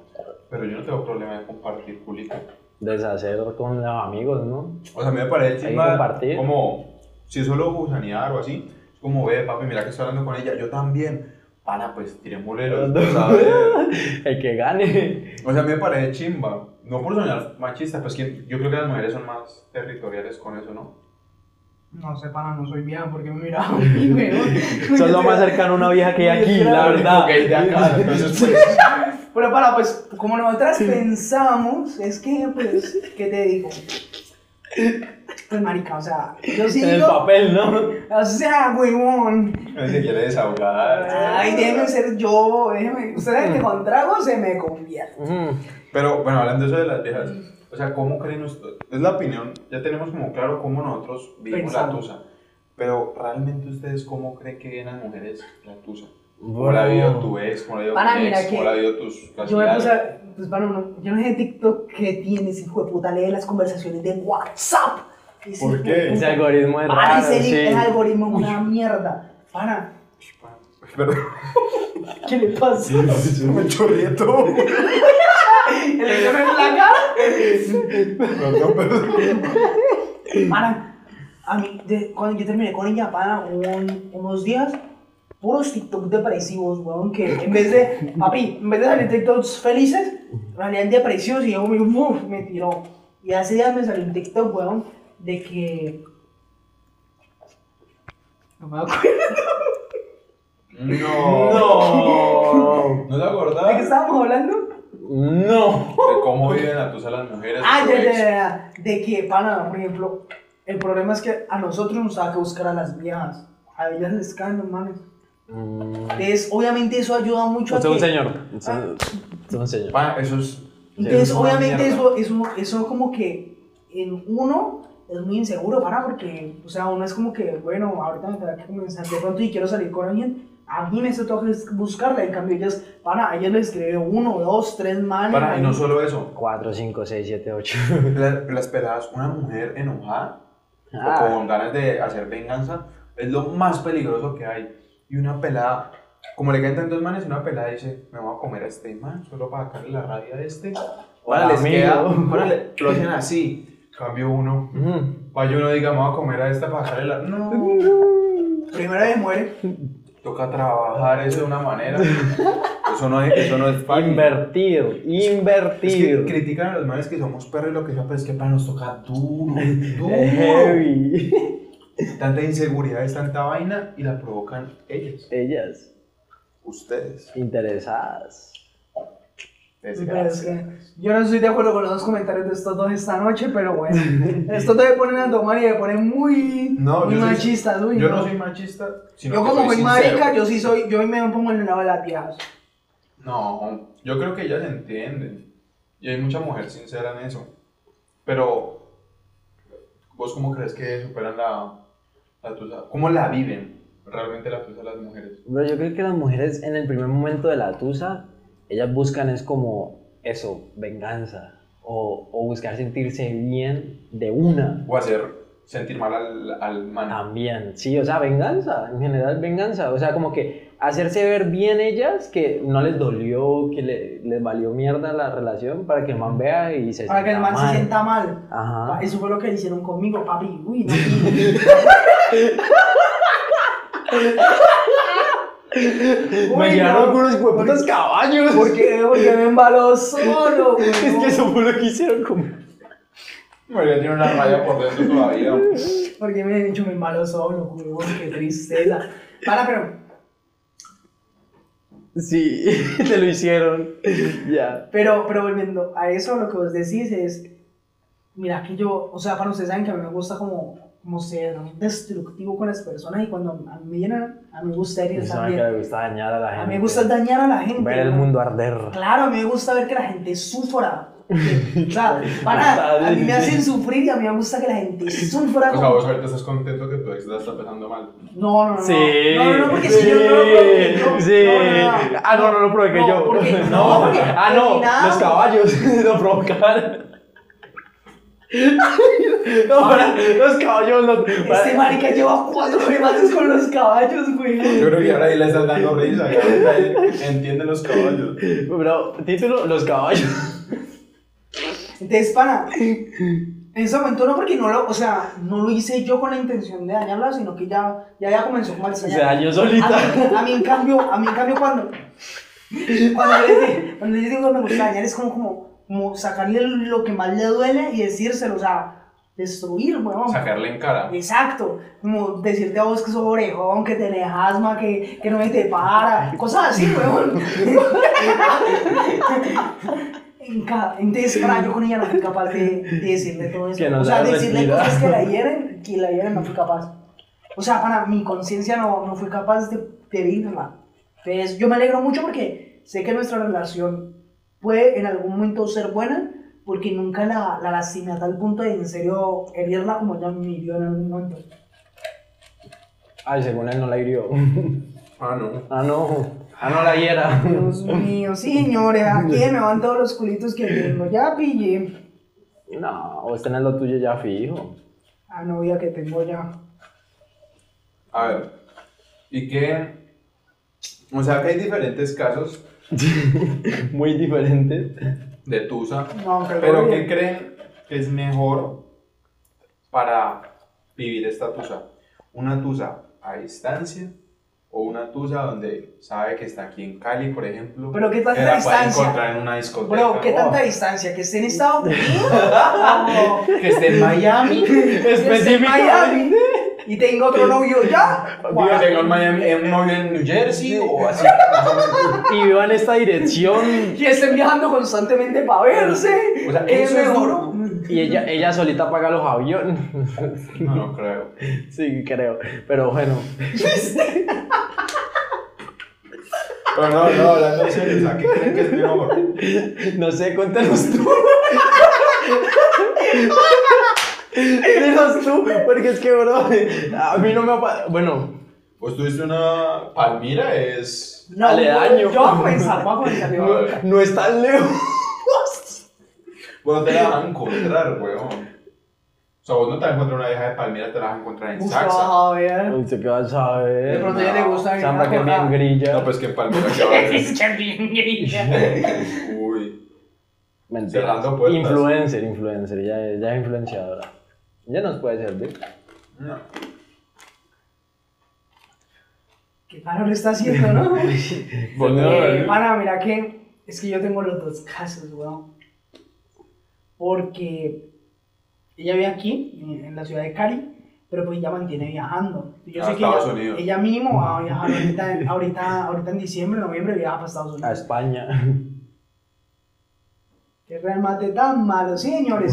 Pero yo no tengo problema de compartir culito. Deshacer con los amigos, ¿no? O sea, a mí me parece que chimba compartir. como, si es solo gusanear o así, es como, ve, papi, mira que estoy hablando con ella, yo también. Pana, pues tirémosle los dos, ¿sabes? El que gane. O sea, a mí me parece chimba. No por sonar machista, pues que yo creo que las mujeres son más territoriales con eso, ¿no? No sé, pana, no soy vieja porque me miraba a mí, weón. Son lo más cercano a una vieja que hay aquí, la verdad. Ok, de acá, entonces pues. Pero para, pues, como nosotras pensamos, es que, pues, ¿qué te digo? Pues, marica, o sea, yo En el sigo, papel, ¿no? o sea, huevón, No se quiere desahogar. Ah. ay, déjeme ser yo, déjeme, usted sabe que con trago se me convierte. Mm. Pero bueno, hablando de eso de las viejas, o sea, ¿cómo creen ustedes? Es la opinión, ya tenemos como claro cómo nosotros vivimos la Pensamos. tusa. Pero realmente ustedes, ¿cómo creen que vienen las mujeres la tusa? ¿Cómo la vio tu ex? ¿Cómo la vio Pana, tu mira ex? que ¿Cómo la vio tus Yo me gatillas? puse, a- pues para uno, yo no sé TikTok que tienes, hijo de puta, lee las conversaciones de WhatsApp. Ese ¿Por hijo de qué? puta. Ese algoritmo es Para, raro, ese sí. el algoritmo es una mierda. Para, Perdón, ¿qué le pasa? ¿El me chorrié todo. negro en la cara? Perdón, perdón. Para, a mí, de- cuando yo terminé con ella, para un- unos días, puros TikTok depresivos, weón, que en vez de, papi, en vez de salir TikToks felices, salían depresivos y yo me, uf, me tiró. Y hace días me salió un TikTok, weón, de que... No me acuerdo. No. No. ¿No te ¿De qué acordás? estábamos hablando? No. De cómo viven la tusa las mujeres. Ah, tu ya, ya, ex. ya, ya. De que, pana, por ejemplo, el problema es que a nosotros nos da que buscar a las viejas. A ellas les caen los manes. Mm. Entonces, obviamente eso ayuda mucho a Usted es un que... señor. Usted usted es un señor. Pana, eso es. Entonces, es una obviamente mierda. eso, eso, eso como que en uno es muy inseguro, pana, porque, o sea, uno es como que, bueno, ahorita me tengo que comenzar de pronto y quiero salir con alguien. A mí me toca es buscarla, en cambio ellas, pana, a ellas les escribe uno, dos, tres manes. Para, y no solo eso, 4, 5, 6, 7, 8. la- las peladas, una mujer enojada Ah. o con ganas de hacer venganza es lo más peligroso que hay. Y una pelada, como le caen tantos manes, una pelada dice, me voy a comer a este man solo para sacarle la rabia a este. Para Hola, les amigo. queda, pana, le- lo hacen así. Cambio uno, Mm. vaya uno diga, me voy a comer a esta para sacarle la... No, Primera vez muere. toca trabajar eso de una manera. Eso no es, eso no es fácil. Es Invertir, que invertir. critican a los manes que somos perros y lo que sea, pero es que para nos toca duro, duro. Es heavy. Tanta inseguridad es tanta vaina y la provocan ellas, Ellas, ustedes. interesadas. Desgracia. Yo no estoy de acuerdo con los dos comentarios de estos dos esta noche, pero bueno. estos dos me ponen a tomar y me ponen muy, No, muy yo soy- machistas. uy, Yo no soy machista, sino Yo que como soy soy sincero. marica, yo sí soy, yo me pongo en el lado de las viejas. No, yo creo que ellas entienden. Y hay mucha mujer sincera en eso. Pero, ¿vos cómo crees que superan la, la tusa? ¿Cómo la viven realmente la tusa las mujeres? Pero yo creo que las mujeres en el primer momento de la tusa, ellas buscan es como eso, venganza. O, o buscar sentirse bien de una O hacer sentir mal al, al man. también. Sí, o sea, venganza, en general venganza. O sea, como que hacerse ver bien ellas que no les dolió, que le- les valió mierda la relación para que el man vea y se Para que el sienta man mal. se sienta mal. Ajá. Pa- Eso fue lo que le hicieron conmigo, papi. Uy, no. Me llevaron con unos hijueputas porque- caballos. Porque, porque me embaló solo, güey. Es que eso fue lo que hicieron como... María tiene una raya por dentro todavía. Porque me he dicho me embaló solo, güey. Qué tristeza. Para, pero, Sí, te lo hicieron. Ya. pero, pero volviendo a eso, lo que vos decís es. Mira, que yo, o sea, para ustedes saben que a mí me gusta como, como ser destructivo con las personas y cuando a mí me llenan, a mí me gusta herir Pensaba que también. le gusta dañar a la gente. A mí me gusta dañar a la gente. ver el ¿no? mundo arder. Claro, a mí me gusta ver que la gente sufra. O sea, para, a mí me hacen sufrir y a mí me gusta que la gente sufra. O sea, como- vos ahorita estás contento que tu ex la está pasando mal. No, no, no. Sí. No, no, no, porque si yo no lo provoqué, no, Sí. no, no, no. Ah, no, no lo provoqué No, yo. porque- no, porque- ah, no. terminamos. Los caballos lo provocaron. No, para, los caballos lo. Este marica lleva cuatro remates con los caballos, güey. Yo creo que ahora ahí le estás dando risa. y ahorita él Entiende los caballos. Bro, título: Los caballos. Entonces, pana, en ese momento no, porque no lo, o sea, no lo hice yo con la intención de dañarla, sino que ya, ya, ya comenzó como Se dañó solita. A mí, a mí, en cambio, a mí en cambio cuando cuando les, di- cuando les digo que me gusta dañar es como, como, como sacarle lo que más le duele y decírselo, o sea, destruir, weón. Sacarle en cara. Exacto, como decirte a vos que sos orejón, que tenés asma, que, que no me te para, cosas así, weón. En ca- Entonces, para yo con ella no fui capaz de, de decirle todo eso. Que no o sea, sabe decirle respirar. cosas que la hieren, que la hieren no fui capaz. O sea, para mi conciencia no, no fui capaz de, de vivirla. Entonces, yo me alegro mucho porque sé que nuestra relación puede en algún momento ser buena, porque nunca la, la lastimé a tal punto de en serio herirla como ella me hirió en algún momento. Ay, según él no la hirió. Ah, no. Ah, no. Ah, no la hiera. Dios mío, señores, aquí me van todos los culitos que tengo. Ya pillé No, vos tenés lo tuyo ya fijo. a novia que tengo ya. A ver. ¿Y qué? O sea, que hay diferentes casos Muy diferente. de Tusa. No, pero Pero bien. ¿qué creen que es mejor para vivir esta Tusa? ¿Una Tusa a distancia? ¿O una Tusa donde sabe que está aquí en Cali, por ejemplo? Pero ¿qué tanta que la puede distancia? encontrar en una discoteca. Bro, ¿qué tanta distancia? ¿Que esté en Estados Unidos? No. Que esté en Miami. Esté en Miami. Específicamente. Y tengo otro novio ya. Que tenga un Miami- un novio en New Jersey o así. más o menos. Y veo en esta dirección. Y estén viajando constantemente para verse. O sea, ¿Qué eso es mejor? Y ella, ella solita paga los aviones. No, no creo. Sí, creo. Pero bueno. Pero no, no, hablando en serio, o sea, ¿qué creen que es mejor? No sé, cuéntanos tú. Cuéntanos tú, porque es que, bro, a mí no me ha pa- Bueno, Pues tuviste una. Palmira es. No, Aledaño. Yo voy a comenzar, voy a comenzar. yo voy a- no, no es tan lejos. Bueno, te la vas a encontrar, weón. O sea, vos no te vas a encontrar una vieja de Palmira, te la vas a encontrar en Busca, Saxa. a ver. Usted qué va a De saber. pronto ya le gusta. Samba que es bien grilla. No, pues que en Palmira que va a haber. Uy. Mentira. Cerrando puertas. Influencer, influencer, ya, es- ya es influenciadora. Ya nos puede servir. No. Qué calor está haciendo, ¿no? Vos no, Eh, ¿verdad? pana, mira que es que yo tengo los dos casos, weón. Porque ella vive aquí, en- en la ciudad de Cali, pero pues ella mantiene viajando. Y Yo A sé que Estados ella, Unidos. ella mínimo va a viajar ahorita, en- ahorita, ahorita en diciembre, noviembre, viaja para Estados A Unidos. España. Qué remate tan malo, señores.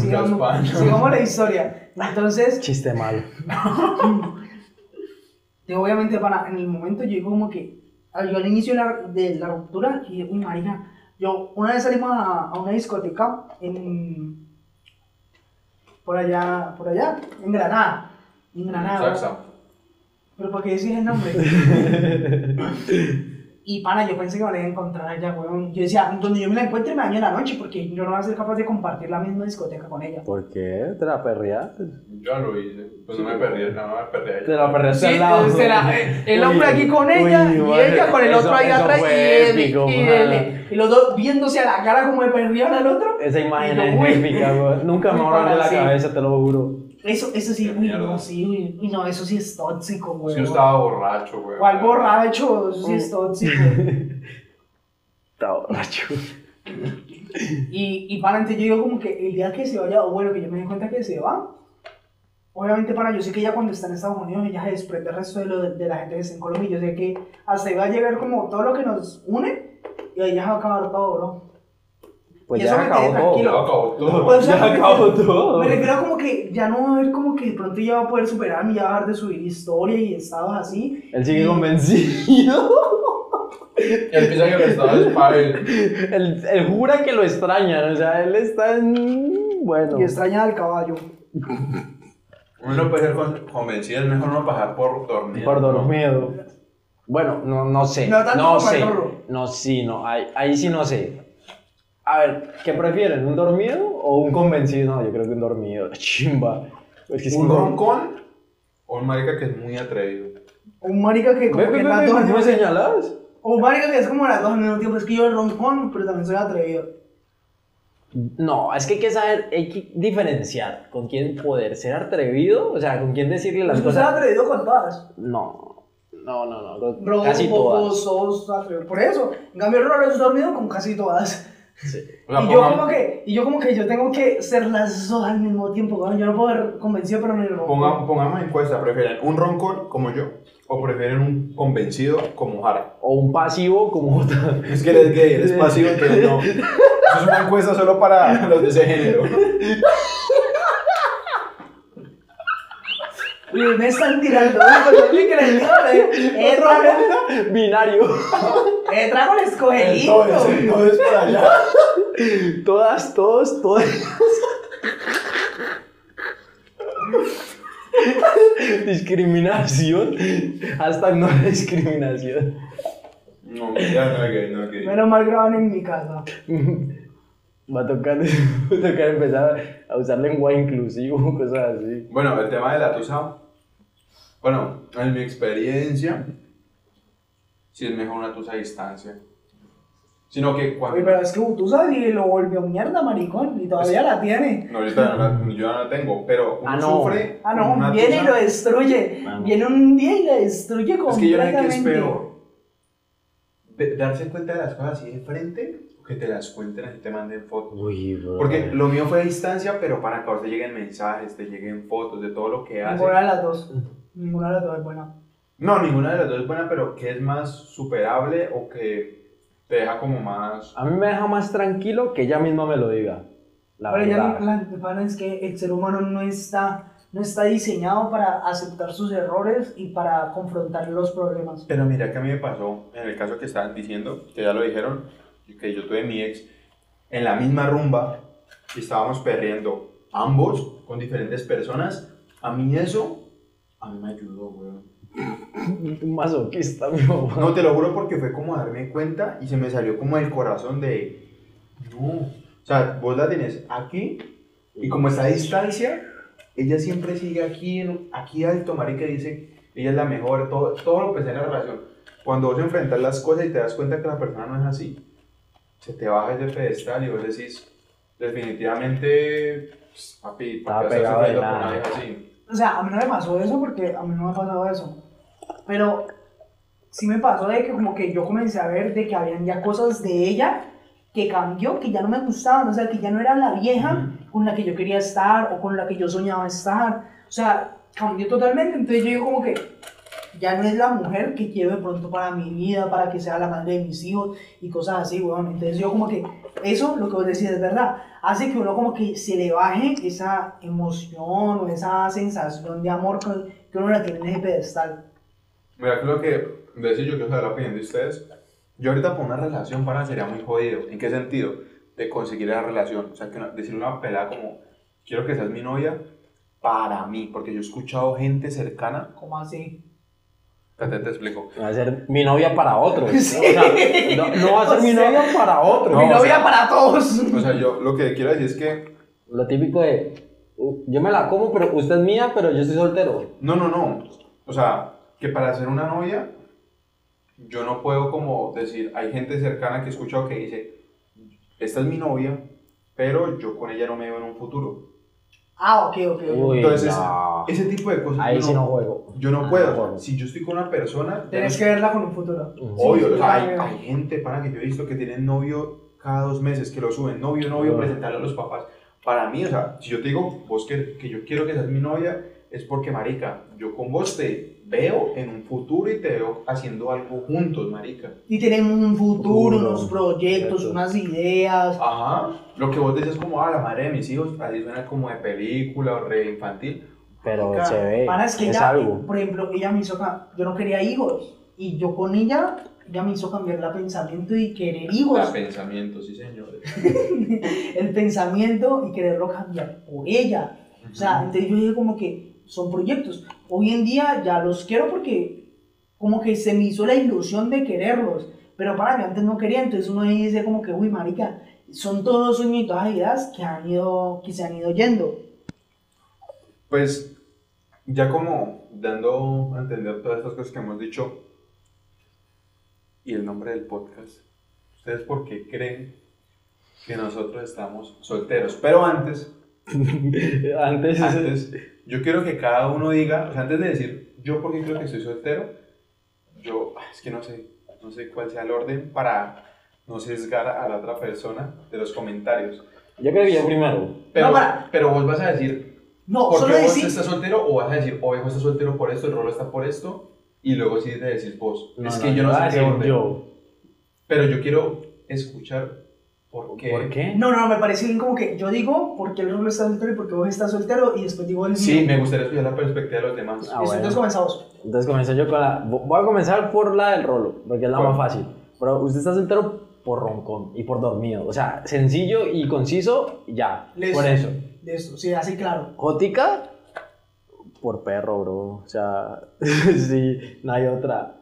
Porque Sigamos, España. sigamos la historia. Entonces, Chiste malo. Y obviamente, para, en el momento yo digo como que, ah, yo al inicio de la, de la ruptura, y uy, marica, yo una vez salimos a, a una discoteca en, por allá, por allá, en Granada, en Granada. Saxa. Pero ¿para qué decís el nombre? y pana, yo pensé que me la iba a encontrar allá, weón. Yo decía, donde yo me la encuentre me daño la noche, porque yo no voy a ser capaz de compartir la misma discoteca con ella. ¿Por qué? ¿Te la perreaste? Yo ya lo hice. Pues no me perdí, no me perdí. Te la perreaste al lado. entonces era el hombre Uy, aquí con ella uy, y vale, ella con el otro eso- ahí eso atrás y fue él, épico, y man. él, y los dos viéndose a la cara como de perrían al otro. Esa imagen Y yo, es uy. épica, weón. Nunca me Uy, va a de la sí. cabeza, te lo juro. Eso, eso sí, Qué uy, mierda. no, sí, uy, uy, no, eso sí es tóxico, Yo weón. estaba borracho, güey. ¿Cuál borracho? Eso sí Mm. es tóxico. Está borracho. Y, y para antes yo digo como que el día que se vaya, o bueno, que yo me di cuenta que se va, obviamente para yo sé que ya cuando está en Estados Unidos ella se desprende el resto de, lo- de la gente que está en Colombia, y yo sé que hasta ahí va a llegar como todo lo que nos une y ahí ya se va a acabar todo, bro. Pues Y eso ya me acabó quedé Ya todo. tranquilo. acabó todo. Pues, o sea, ya me acabó refiero- todo. Me refiero como que ya no va a haber como que de pronto ya va a poder superar ya va a dejar de subir historia y estados así. Él sigue convencido. Él piensa que lo estaba es para él. Él, él jura que lo extraña, o sea, él está en... Bueno. Y extraña al caballo. Uno no puede ser con- convencido, es mejor no pasar por dormir. Por dormido. Bueno, no, no sé. No No, tanto como el sé. gorro. No, sí, no. Ahí, ahí sí no sé. A ver, ¿qué prefieren? ¿Un dormido o un convencido? No, yo creo que un dormido. La chimba. Es que si ¿Un no- roncón o un marica que es muy atrevido? Un marica que Ve, como ve, que ve, las ve, dos al ¿no me mismo- señalas? O un marica que es como las dos al mismo tiempo. Es que yo roncón, pero también soy atrevido. No, es que hay que saber, hay que diferenciar con quién poder ser atrevido, o sea, con quién decirle las Tú estás cosas. atrevido con todas. No, no, no, no, con Bro, casi todas. vos- vos sos atrevido. Por eso, en cambio, Rolo es dormido con casi todas. Sí. O sea, y, yo pongan- como que, y yo como que yo tengo que ser las dos al mismo tiempo. weón. Yo no puedo ser convencido, pero ni roncón. Ponga- pongamos encuesta, ¿prefieren un roncón como yo o prefieren un convencido como Jara? O un pasivo como otra. Es que eres gay, eres pasivo, entonces no. Eso es una encuesta solo para los de ese género. Uy, me están tirando. uy, Yo me creí, eh. Eh, trago, Binario. eh, trago el escogelito. Entonces, entonces para allá. Todas, todos, todas. discriminación. Hasta no discriminación. No, ya no es gay, no es gay. Menos mal graban en mi casa. Va a tocar, va a tocar empezar a usar lenguaje inclusivo, cosas así. Bueno, el tema de la tusa. Bueno, en mi experiencia, sí es mejor una tusa a distancia. Sino que Uy, cuando. pero es que tú sabes y lo volvió mierda, maricón. Y todavía la tiene. No, ahorita no la- yo no la tengo, pero uno Ah, no. sufre. Ah, con una no, viene y tusa. lo destruye. Ah, no. Viene un día y la destruye Es que yo no sé qué completamente. es peor. de- darse cuenta de las cosas así de frente o que te las cuenten así te manden fotos. Uy, bro. Porque lo mío fue a distancia, pero para acá te lleguen mensajes, te lleguen fotos de todo lo que Mm. haces. Ninguna de las dos. Ninguna de las dos es buena. No, ninguna de las dos es buena, pero que es más superable o que te deja como más... A mí me deja más tranquilo que ella misma me lo diga. La Pero ya verdad. no- la, el pana es que el ser humano no está, no está diseñado para aceptar sus errores y para confrontar los problemas. Pero mira que a mí me pasó, en el caso que estaban diciendo, que ya lo dijeron, que yo tuve mi ex en la misma rumba y estábamos perdiendo ambos con diferentes personas. A mí eso, a mí me ayudó, weón. Un Masoquista, mi papá. No, te lo juro porque fue como darme cuenta y se me salió como el corazón de... No, o sea, vos la tenés aquí Y como está a distancia, ella siempre sigue aquí, en, aquí alto, marica, dice, ella es la mejor, todo, todo lo que sea en la relación. Cuando vos enfrentas las cosas y te das cuenta que la persona no es así, se te baja ese pedestal y vos decís, definitivamente, pues, papi, Estaba ¿por qué estás pegado de sufriendo con nada. una vieja así? O sea, a mí no me pasó eso porque a mí no me ha pasado eso. Pero sí me pasó de que como que yo comencé a ver de que habían ya cosas de ella que cambió, que ya no me gustaban, o sea, que ya no era la vieja con la que yo quería estar o con la que yo soñaba estar. O sea, cambió totalmente. Entonces yo digo como que ya no es la mujer que quiero de pronto para mi vida, para que sea la madre de mis hijos y cosas así, weón. Entonces yo como que eso, lo que vos decís es verdad, hace que uno como que se le baje esa emoción o esa sensación de amor que, que uno la tiene en ese pedestal. Mira, creo que de eso yo quiero saber la opinión de ustedes. Yo ahorita por una relación, para sería muy jodido. ¿En qué sentido? De conseguir la relación. O sea, que una- decirle a una pelada como, quiero que seas mi novia para mí. Porque yo he escuchado gente cercana. ¿Cómo así? Espérate, te explico. Va a ser mi novia para otro. Sí. O sea, no, no va a ser O mi sea, novia para otro. Mi No, o novia sea- para todos. O sea, yo lo que quiero decir es que, Lo típico de, "U- yo me la como, pero usted es mía, pero yo soy soltero. no, no, no. O sea, que para ser una novia, yo no puedo como decir, hay gente cercana que he escuchado que dice, esta es mi novia, pero yo con ella no me veo en un futuro. Ah, ok, ok. ok. Uy, Entonces, no. Ese tipo de cosas. ahí yo sí no juego. Yo no Ah, puedo. bueno. Si yo estoy con una persona, Tienes que verla con un futuro. obvio, sí, o sea, hay, claro. hay gente para que yo he visto que tienen novio cada dos meses, que lo suben, novio, novio, Ah. presentarle a los papás. Para mí, o sea, si yo te digo, vos que, que yo quiero que seas mi novia, es porque, marica, yo con vos te veo en un futuro y te veo haciendo algo juntos, marica. Y tienen un Futuro. futuro, unos proyectos, Exacto. unas ideas. Ajá. Lo que vos decías como, ah, la madre de mis hijos, así suena como de película o re infantil. Pero Marica, se ve, Para es que Eh, es ella, eh, algo. por ejemplo, ella me hizo, ca- yo no quería hijos. Y yo con ella, ella me hizo cambiar la pensamiento y querer Da hijos. pensamiento, sí, señores. el pensamiento y quererlo cambiar por ella. O sea, entonces yo dije como que son proyectos. Hoy en día ya los quiero porque como que se me hizo la ilusión de quererlos. Pero para mí antes no quería, entonces uno ahí dice como que, uy, marica, son todos sueños y todas ideas que, han ido, que se han ido yendo. Pues ya como dando a entender todas estas cosas que hemos dicho y el nombre del podcast, ¿ustedes por qué creen que nosotros estamos solteros? Pero antes, Antes, antes, yo quiero que cada uno diga, o sea, antes de decir yo por qué creo que soy soltero, yo ah, es que no sé, no sé cuál sea el orden para no sesgar a la otra persona de los comentarios. yo creo que yo primero. Pero, para. pero vos vas a decir No, ¿Por solo qué vos decir... estás soltero o vas a decir, ovejo está soltero por esto, el rolo está por esto? Y luego sí te decís vos. No, es que yo no voy a sé qué decir orden. yo. Pero yo quiero escuchar por qué. ¿Por qué? No, no, me parece bien como que yo digo porque el rolo está soltero y porque vos estás soltero y después digo el Sí, mío. me gustaría escuchar la perspectiva de los demás. Ah, Listo, Entonces bueno. comenzamos. Entonces comencé yo con la. vo- Voy a comenzar por la del rolo, porque es la ¿Cuál? más fácil. Pero usted está soltero por roncón y por dormido. O sea, sencillo y conciso, ya. Listo. Por eso. De esto, sí, así claro. Jótica, por perro, bro. O sea, sí, no hay otra.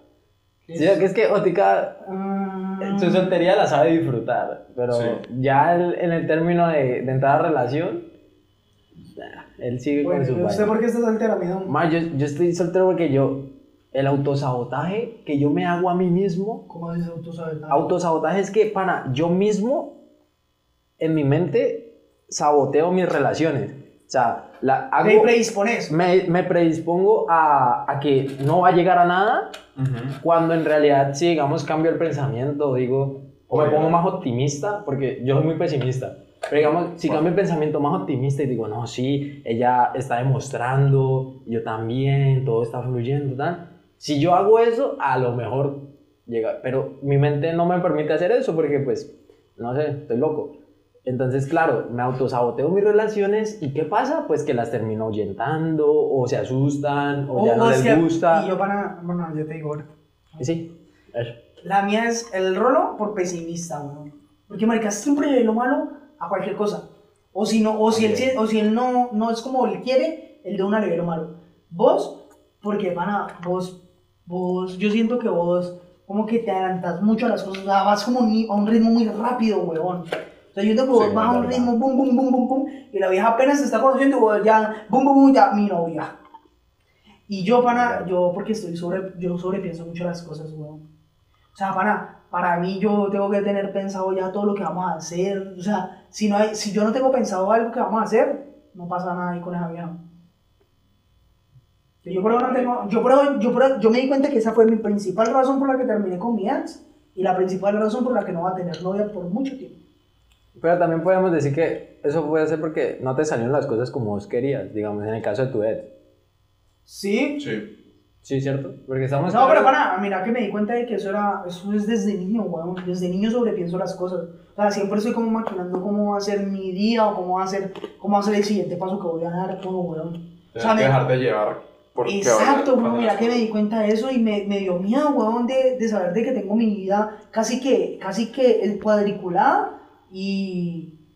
Sí, que es que Jótica Ah, su soltería la sabe disfrutar, pero Sí. ya el- en el término de, de entrar a relación, nah, él sigue Bueno, con su ¿y ¿usted vaina. por qué está soltera? Me da un- Ma, yo, yo estoy soltero porque yo, el autosabotaje que yo me hago a mí mismo, ¿Cómo haces autosabotaje? autosabotaje es que, pana, yo mismo, en mi mente, saboteo mis relaciones. O sea, la, hago- Te predispones. me, me predispongo a, a que no va a llegar a nada, Ujú. cuando en realidad, si digamos, cambio el pensamiento, digo, o me Obvio. pongo más optimista, porque yo soy muy pesimista. Pero digamos, si cambio el pensamiento más optimista y digo, no, sí, ella está demostrando, yo también, todo está fluyendo, tal. Si yo hago eso, a lo mejor llega. Pero mi mente no me permite hacer eso porque, pues, no sé, estoy loco. Entonces, claro, me autosaboteo mis relaciones y ¿qué pasa? Pues que las termino ahuyentando o se asustan o, ya no Oh, les sea, gusta. Y yo para. Bueno, yo te digo ahora. Sí, eso. La mía es el rolo por pesimista, weón. Porque, marica, siempre le ve lo malo a cualquier cosa. O si no, o si él, Bien. o si él no, no es como él quiere, el de una le ve lo malo. Vos, porque, pana, vos, vos, yo siento que vos como que te adelantas mucho a las cosas. O sea, vas como ni- a un ritmo muy rápido, weón. O sea, yo siento que vos Sí, vas a un verdad. ritmo, bum, bum, bum, bum, bum, y la vieja apenas se está conociendo y vos ya, bum, bum, bum, ya, mi novia. Y yo, pana, yo porque estoy sobre, yo sobrepienso mucho las cosas, weón. O sea, para, para mí yo tengo que tener pensado ya todo lo que vamos a hacer. O sea, si, no hay, si yo no tengo pensado algo que vamos a hacer, no pasa nada ahí con esa vieja. Yo creo que no tengo, yo creo- yo creo- yo me di cuenta que esa fue mi principal razón por la que terminé con mi ex y la principal razón por la que no va a tener novia por mucho tiempo. Pero también podemos decir que eso puede ser porque no te salieron las cosas como vos querías, digamos, en el caso de tu ex. Sí. Sí. Sí, ¿cierto? Porque estamos... No, pero claros- para, mira que me di cuenta de que eso era, eso es desde niño, weón. Desde niño sobrepienso las cosas. O sea, siempre estoy como maquinando cómo va a ser mi día o cómo va a ser, cómo va a ser el siguiente paso que voy a dar, todo, weón. O Tienes sea, que me- dejarte llevar Porque Exacto, ahora- bro, ahora mira las- que me di cuenta de eso y me, me dio miedo, weón, de, de saber de que tengo mi vida casi que, casi que el cuadriculada y,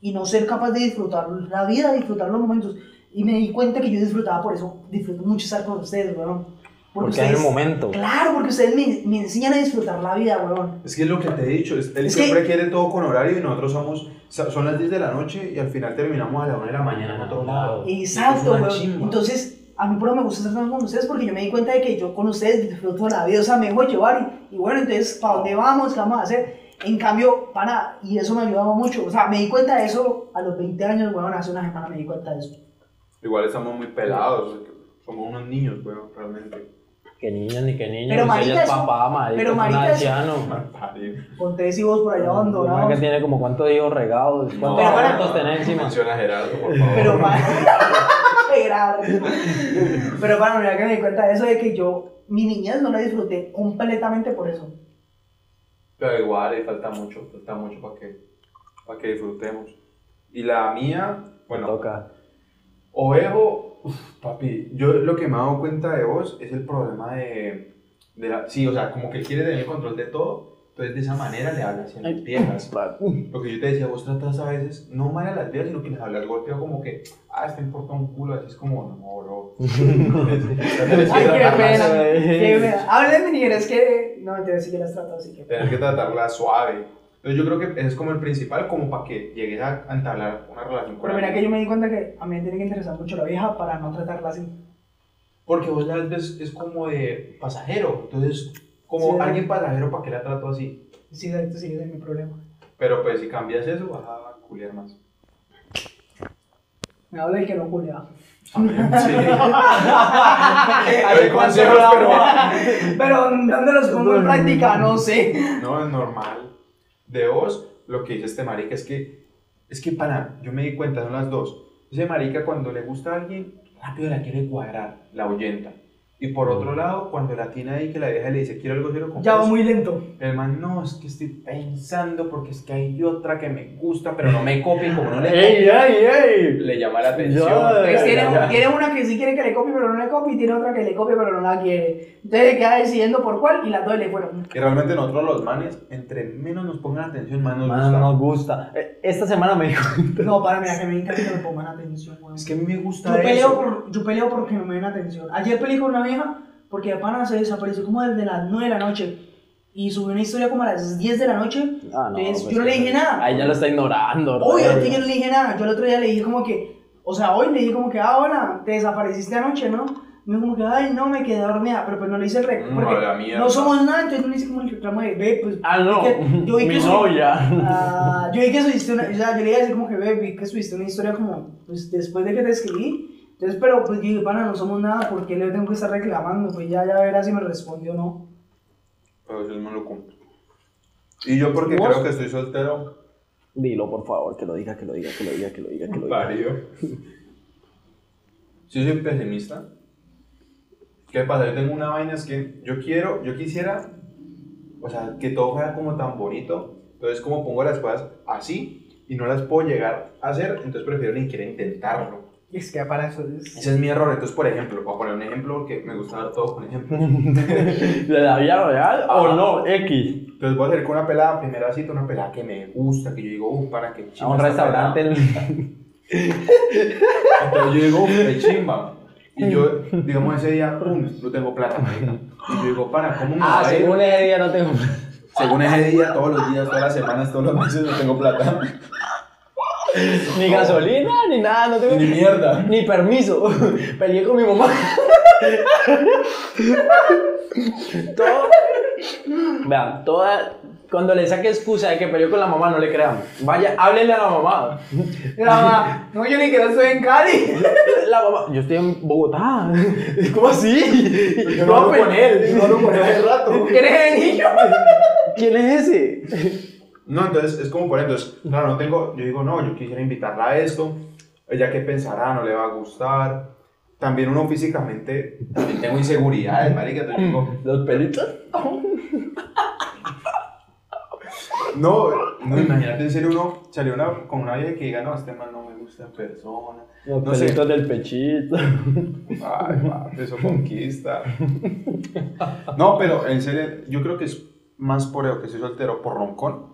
y no ser capaz de disfrutar la vida, disfrutar los momentos. Y me di cuenta que yo disfrutaba por eso, disfruto mucho estar con ustedes, weón. Porque es el momento. Claro, porque ustedes me, me enseñan a disfrutar la vida, weón. Es que es lo que te he dicho, es- él Es siempre quiere todo con horario y nosotros somos, sa- son las 10 de la noche y al final terminamos a la 1 de la mañana en otro lado. Exacto, Es una weón. chimba. Entonces, a mí por lo menos me gusta estar con ustedes porque yo me di cuenta de que yo con ustedes disfruto la vida, o sea, me dejo llevar y, y bueno, entonces, ¿para dónde vamos? ¿Qué vamos a hacer? En cambio, para, y eso me ayudaba mucho, o sea, me di cuenta de eso a los 20 años, weón, hace una semana me di cuenta de eso. Igual estamos muy pelados, somos unos niños, weón, realmente. Que niños ni que niños. Pero pues marica, ella es es un- papá, marica, pero es un marica, es- anciano. Mal parido. Con tres hijos por allá Una que abandonados. tiene como cuántos hijos regados, No, cuántos para- cuántos tenés no encima. menciona a Gerardo, por favor. Pero para. Grave. Pero para, mira que me di cuenta de eso, de que yo mi niñez no la disfruté completamente por eso. Pero igual, eh, falta mucho, falta mucho para que, para que disfrutemos. Y la mía, bueno, Toca. Ovejo, uf, papi, yo lo que me he dado cuenta de vos es el problema de, de la, sí, o sea, como que él quiere tener el control de todo, entonces de esa manera le hablas a las viejas. Lo que yo te decía, vos tratas a veces, no mal a las viejas, sino que les hablas golpeado como que, ah, este importa un culo, así es como, no, bro. Ay, qué pena. Tener Que me- Hablen de niñera, es que. No, entonces sí que las trato así que. que tratarla suave. Entonces yo creo que ese es como el principal, como para que llegues a a entablar una relación con Pero mira alguien. que yo me di cuenta que a mí me tiene que interesar mucho la vieja para no tratarla así. Porque vos la ves es como de pasajero. Entonces, como Sí. alguien pasajero, ¿para qué la trato así? Sí, exacto, sí, ese es mi problema. Pero pues si cambias eso, vas a culiar más. Me habla el que no culea. Sí. Ay, consejos, cuánto pero- drama. pero ¿dónde los pongo en práctica? No sé. No, es normal. De vos, lo que dice este marica es que, es que para, yo me di cuenta, son las dos. Ese marica cuando le gusta a alguien, rápido la quiere cuadrar, la ahuyenta. Y por otro lado, cuando la tiene ahí que la deja y le dice, quiero algo, quiero comprar. Ya va muy lento. El man, no, es que estoy pensando porque es que hay otra que me gusta, pero no me copia y como no le copia, ¡Ey, ey, ey! le llama la atención. Ya, Pues tiene, ya, tiene una que sí quiere que le copie, pero no le copie, y tiene otra que le copie, pero no la quiere. Entonces queda decidiendo por cuál y las dos le fueron. Y realmente nosotros los manes, entre menos nos pongan atención, más nos Más gusta. nos gusta. Eh, Esta semana me dijo. No, para, mira, que me encanta que me pongan atención, weón. Es que a mí me gusta Yo peleo, eso. por, yo peleo porque no me den atención. Ayer peleé con una vieja porque de pana se desapareció como desde las 9 de la noche. Y subió una historia como a las 10 de la noche. Ah, no, Entonces, pues, yo no le dije nada. Ahí ya lo está ignorando. ¿no? Obviamente yo no le dije nada. Yo el otro día le dije como que, o sea, hoy le dije como que, ah, hola, te desapareciste anoche, ¿no? Me dijo como que, ay, no, me quedé dormida. Pero pues no le hice el reclamo. Mm, No, Porque la mierda. no somos nada, entonces no le hice como el reclamo de, ve, pues. Ah, no. es que yo vi que Mi soy- novia. Ah, yo vi que subiste una, o sea, yo le iba a decir como que, ve, vi que subiste una historia como, pues después de que te escribí, entonces, pero pues yo dije, pana, no somos nada, ¿por qué le tengo que estar reclamando? Pues ya, ya verás si me respondió o no. Pero yo no lo cumplo. Y yo porque ¿Vos? creo que estoy soltero, Dilo, por favor, que lo diga, que lo diga, que lo diga, que lo diga, que lo diga. parido. Si soy pesimista, ¿qué pasa? Yo tengo una vaina, es que yo quiero, yo quisiera, o sea, que todo fuera como tan bonito. Entonces, como pongo las cosas así y no las puedo llegar a hacer, entonces prefiero ni siquiera intentarlo. Y es que para eso es... Ese es mi error. Entonces, por ejemplo, voy a poner un ejemplo porque me gusta dar todo con ejemplo. ¿De la vida real Ah. o no? X. Entonces, voy a salir con una pelada, primera cita, una pelada que me gusta, que yo digo, uff, para que A chimba. un esta restaurante. pelada". en- Entonces, yo digo, uff, qué chimba. Y yo, digamos, ese día, pum, no tengo plata, marica. Y yo digo, para, ¿cómo me Ah, va a ir? según ese día no tengo. Según ese día, todos los días, todas las semanas, todos los meses, no tengo plata. Ni gasolina, ni nada, no tengo. Ni mierda. Ni permiso. Peleé con mi mamá. Todo. Vean, toda. Cuando le saque excusa de que peleó con la mamá, no le crean. Vaya, háblenle a la mamá. La mamá, Ah, no, yo ni que no estoy en Cali. La mamá, yo estoy en Bogotá. ¿Cómo así? Yo no hablo pe- con él, yo no hablo con él hace rato. ¿Quién es el niño? ¿Quién es ese? No, entonces es como por ejemplo, entonces, claro, no tengo, yo digo, no, yo quisiera invitarla a esto, ella que pensará, no le va a gustar. También uno físicamente, también tengo inseguridades, marica, entonces yo digo, ¿Los pelitos? no, no, imagínate en serio uno salió una, con una vieja que diga, no, este man no me gusta en persona. Los No sé. pelitos del pechito. Ay, papi, eso conquista. No, pero en serio, yo creo que es más por eso que soy soltero, por roncón.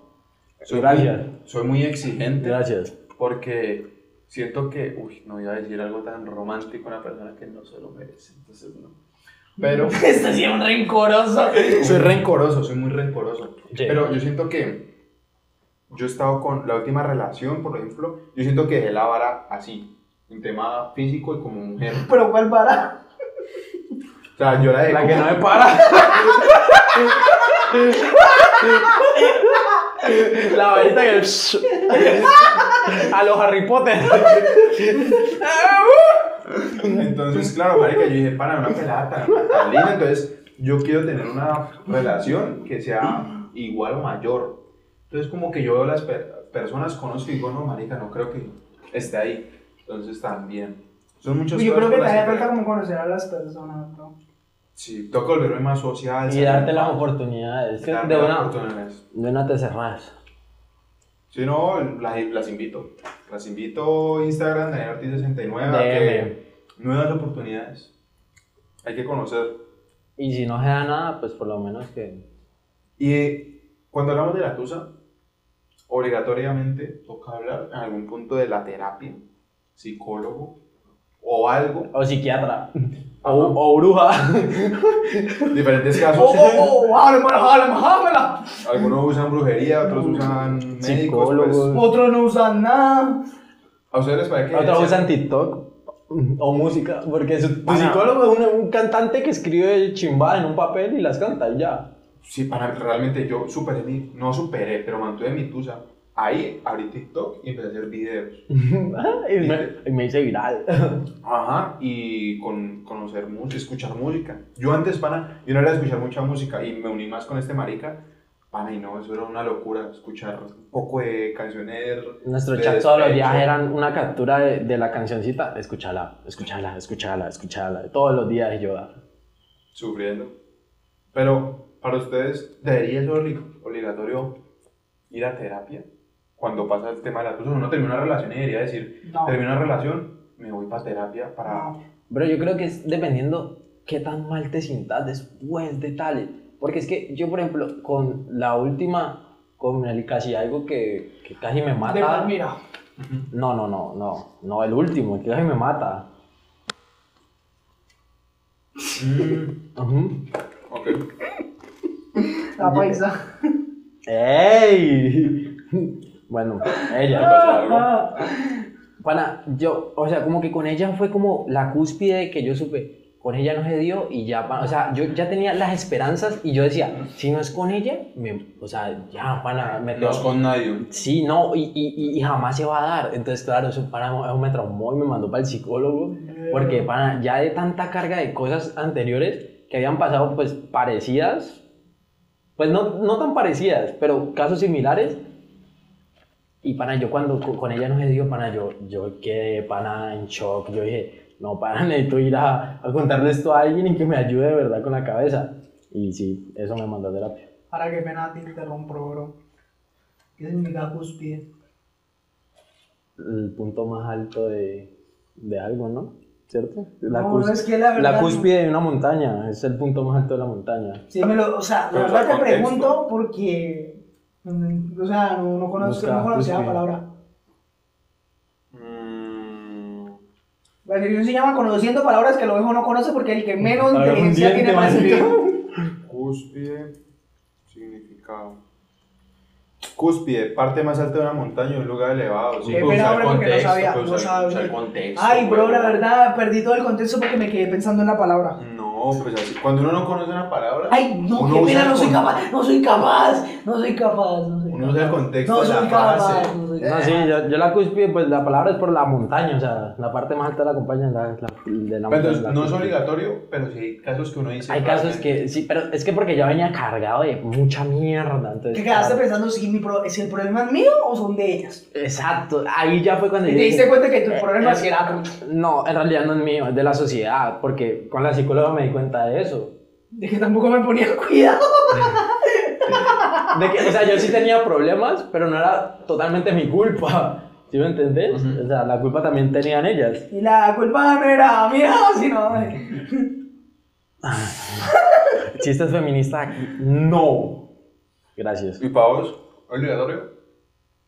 Soy Gracias. muy- soy muy exigente Gracias. porque siento que, uy, no iba a decir algo tan romántico a una persona que no se lo merece. Entonces, no. Pero Este sí es un rencoroso. soy rencoroso, soy muy rencoroso. Sí. Pero yo siento que yo he estado con la última relación, por ejemplo, yo siento que dejé la vara así, en tema físico y como mujer. Pero ¿cuál para? O sea, yo la dejé La que como- no me para. La varita que. A los Harry Potter. Entonces, claro, marica, yo dije, para una pelada tan, tan linda, entonces yo quiero tener una relación que sea igual o mayor. Entonces, como que yo veo las per- personas, conozco y digo, no, marica, no creo que esté ahí. Entonces, también. Son muchas Yo creo cosas por que te las hace que- falta como conocer a las personas, bro. Sí, toca volverme más social. Y salir darte las más, oportunidades. que darme De las una, oportunidades. de una te cerrás. Si no, las, las invito. Las invito a Instagram de Artis69 a DM. que nuevas oportunidades. Hay que conocer. Y si no se da nada, pues por lo menos que. Y eh, cuando hablamos de la tusa, obligatoriamente toca hablar en algún punto de la terapia, psicólogo o algo, O psiquiatra. O, o bruja. diferentes ¡Oh, casos. oh, oh! ¡Ábremela, ábremela, ábremela! Algunos usan brujería, otros usan médicos. pues. Psicólogos. Otros no usan nada. ¿A ustedes les parece que Otros ese- usan TikTok. O música. Porque su, tu Pana. psicólogo es un, un cantante que escribe chimbadas en un papel y las canta y ya. Sí, para realmente yo superé mi, no superé, pero mantuve mi tusa. Ahí abrí TikTok y empecé a hacer videos. Ah, y, me, y me hice viral. Ajá, y con conocer música, escuchar música. Yo antes, pana, yo no era de escuchar mucha música y me uní más con este marica. Pana, y no, eso era una locura, escuchar un poco de canciones. Nuestro de chat todos los días despecho. eran una captura de, de la cancioncita. Escúchala, escúchala, escúchala, escúchala. Todos los días yo. ah, Sufriendo. Pero, para ustedes, ¿debería ser obli- obligatorio ir a terapia? Cuando pasa el tema de la tusa, uno termina una relación y debería decir, No. termino una relación, me voy para terapia para... No. Pero yo creo que es dependiendo qué tan mal te sientas después de tal. Porque es que yo, por ejemplo, con la última, con el casi algo que, que casi me De mata. mal, mira. No, no, no, no, no, el último, el que casi me mata. Mm, Ujú. ok. La paisa. ¡Ey! Bueno, ella. pues. pasa algo. Pana, yo, o sea, como que con ella fue como la cúspide de que yo supe, con ella no se dio y ya, pana, o sea, yo ya tenía las esperanzas y yo decía, si no es con ella, me- o sea, ya, pana, me No es con nadie. Sí, no, y, y- y- y jamás se va a dar. Entonces, claro, eso, pana, eso me traumó y me mandó para el psicólogo. Porque, pana, ya de tanta carga de cosas anteriores que habían pasado, pues, parecidas, pues no, no tan parecidas, pero casos similares. Y, pana, yo cuando co- con ella no se dio, pana, yo, yo quedé, pana, en shock. Yo dije, no, pana, necesito ir a, a contarle esto a alguien y que me ayude de verdad con la cabeza. Y sí, eso me mandó a terapia. Ahora que pena te interrumpo, bro. ¿Qué significa cúspide? El punto más alto de, de algo, ¿no? ¿Cierto? La no, cúspide. no, es que la verdad. La cúspide de una montaña, es el punto más alto de la montaña. Sí, me lo, o sea, la Pero verdad te contexto. pregunto porque. mm, O sea, no, no conozco, Busca no conocía la cúspide. palabra. Mm, La sección se llama Conociendo Palabras que lo dejo no conoce porque el que menos A ver, un inteligencia tiene diente, para marica. escribir. Cúspide, significado. Cúspide, parte más alta de una montaña, un lugar elevado. Sí, Qué Pues, pena, al Eh, hombre, porque no contexto, sabía, pues, no al- sabía. pues, al contexto, Ay, bro, güey. la verdad, perdí todo el contexto porque me quedé pensando en la palabra. No, pues así. Cuando uno no conoce una palabra, Ay, no, uno qué usa pena, el no soy con- capaz, no soy capaz, no soy capaz, no soy capaz. Uno usa el contexto No de la soy capaz, frase. no soy No, capaz. sí, yo, yo la cúspide, pues la palabra es por la montaña, o sea, la parte más alta de la montaña, la, la- de la Pero entonces, montaña. no es obligatorio, pero sí hay casos que uno dice. Hay casos realmente, que, sí, pero es que porque ya venía cargado de mucha mierda, entonces... Te quedaste Eh, claro. pensando si mi pro- si el problema es mío o son de ellas. ah, Exacto, ahí ya fue cuando Y yo te dije, diste cuenta que tu eh, problema eh, sí era tuyo. No, en realidad no es mío, es de la sociedad, porque con la psicóloga me di cuenta de eso. De que tampoco me ponía cuidado. De que, o sea, yo sí tenía problemas, pero no era totalmente mi culpa. ¿Sí me entendés? Ujú. O sea, la culpa también tenían ellas. Y la culpa no era mía, sino de... Chistes feministas aquí. No. Gracias. ¿Y para vos? ¿Obligatorio?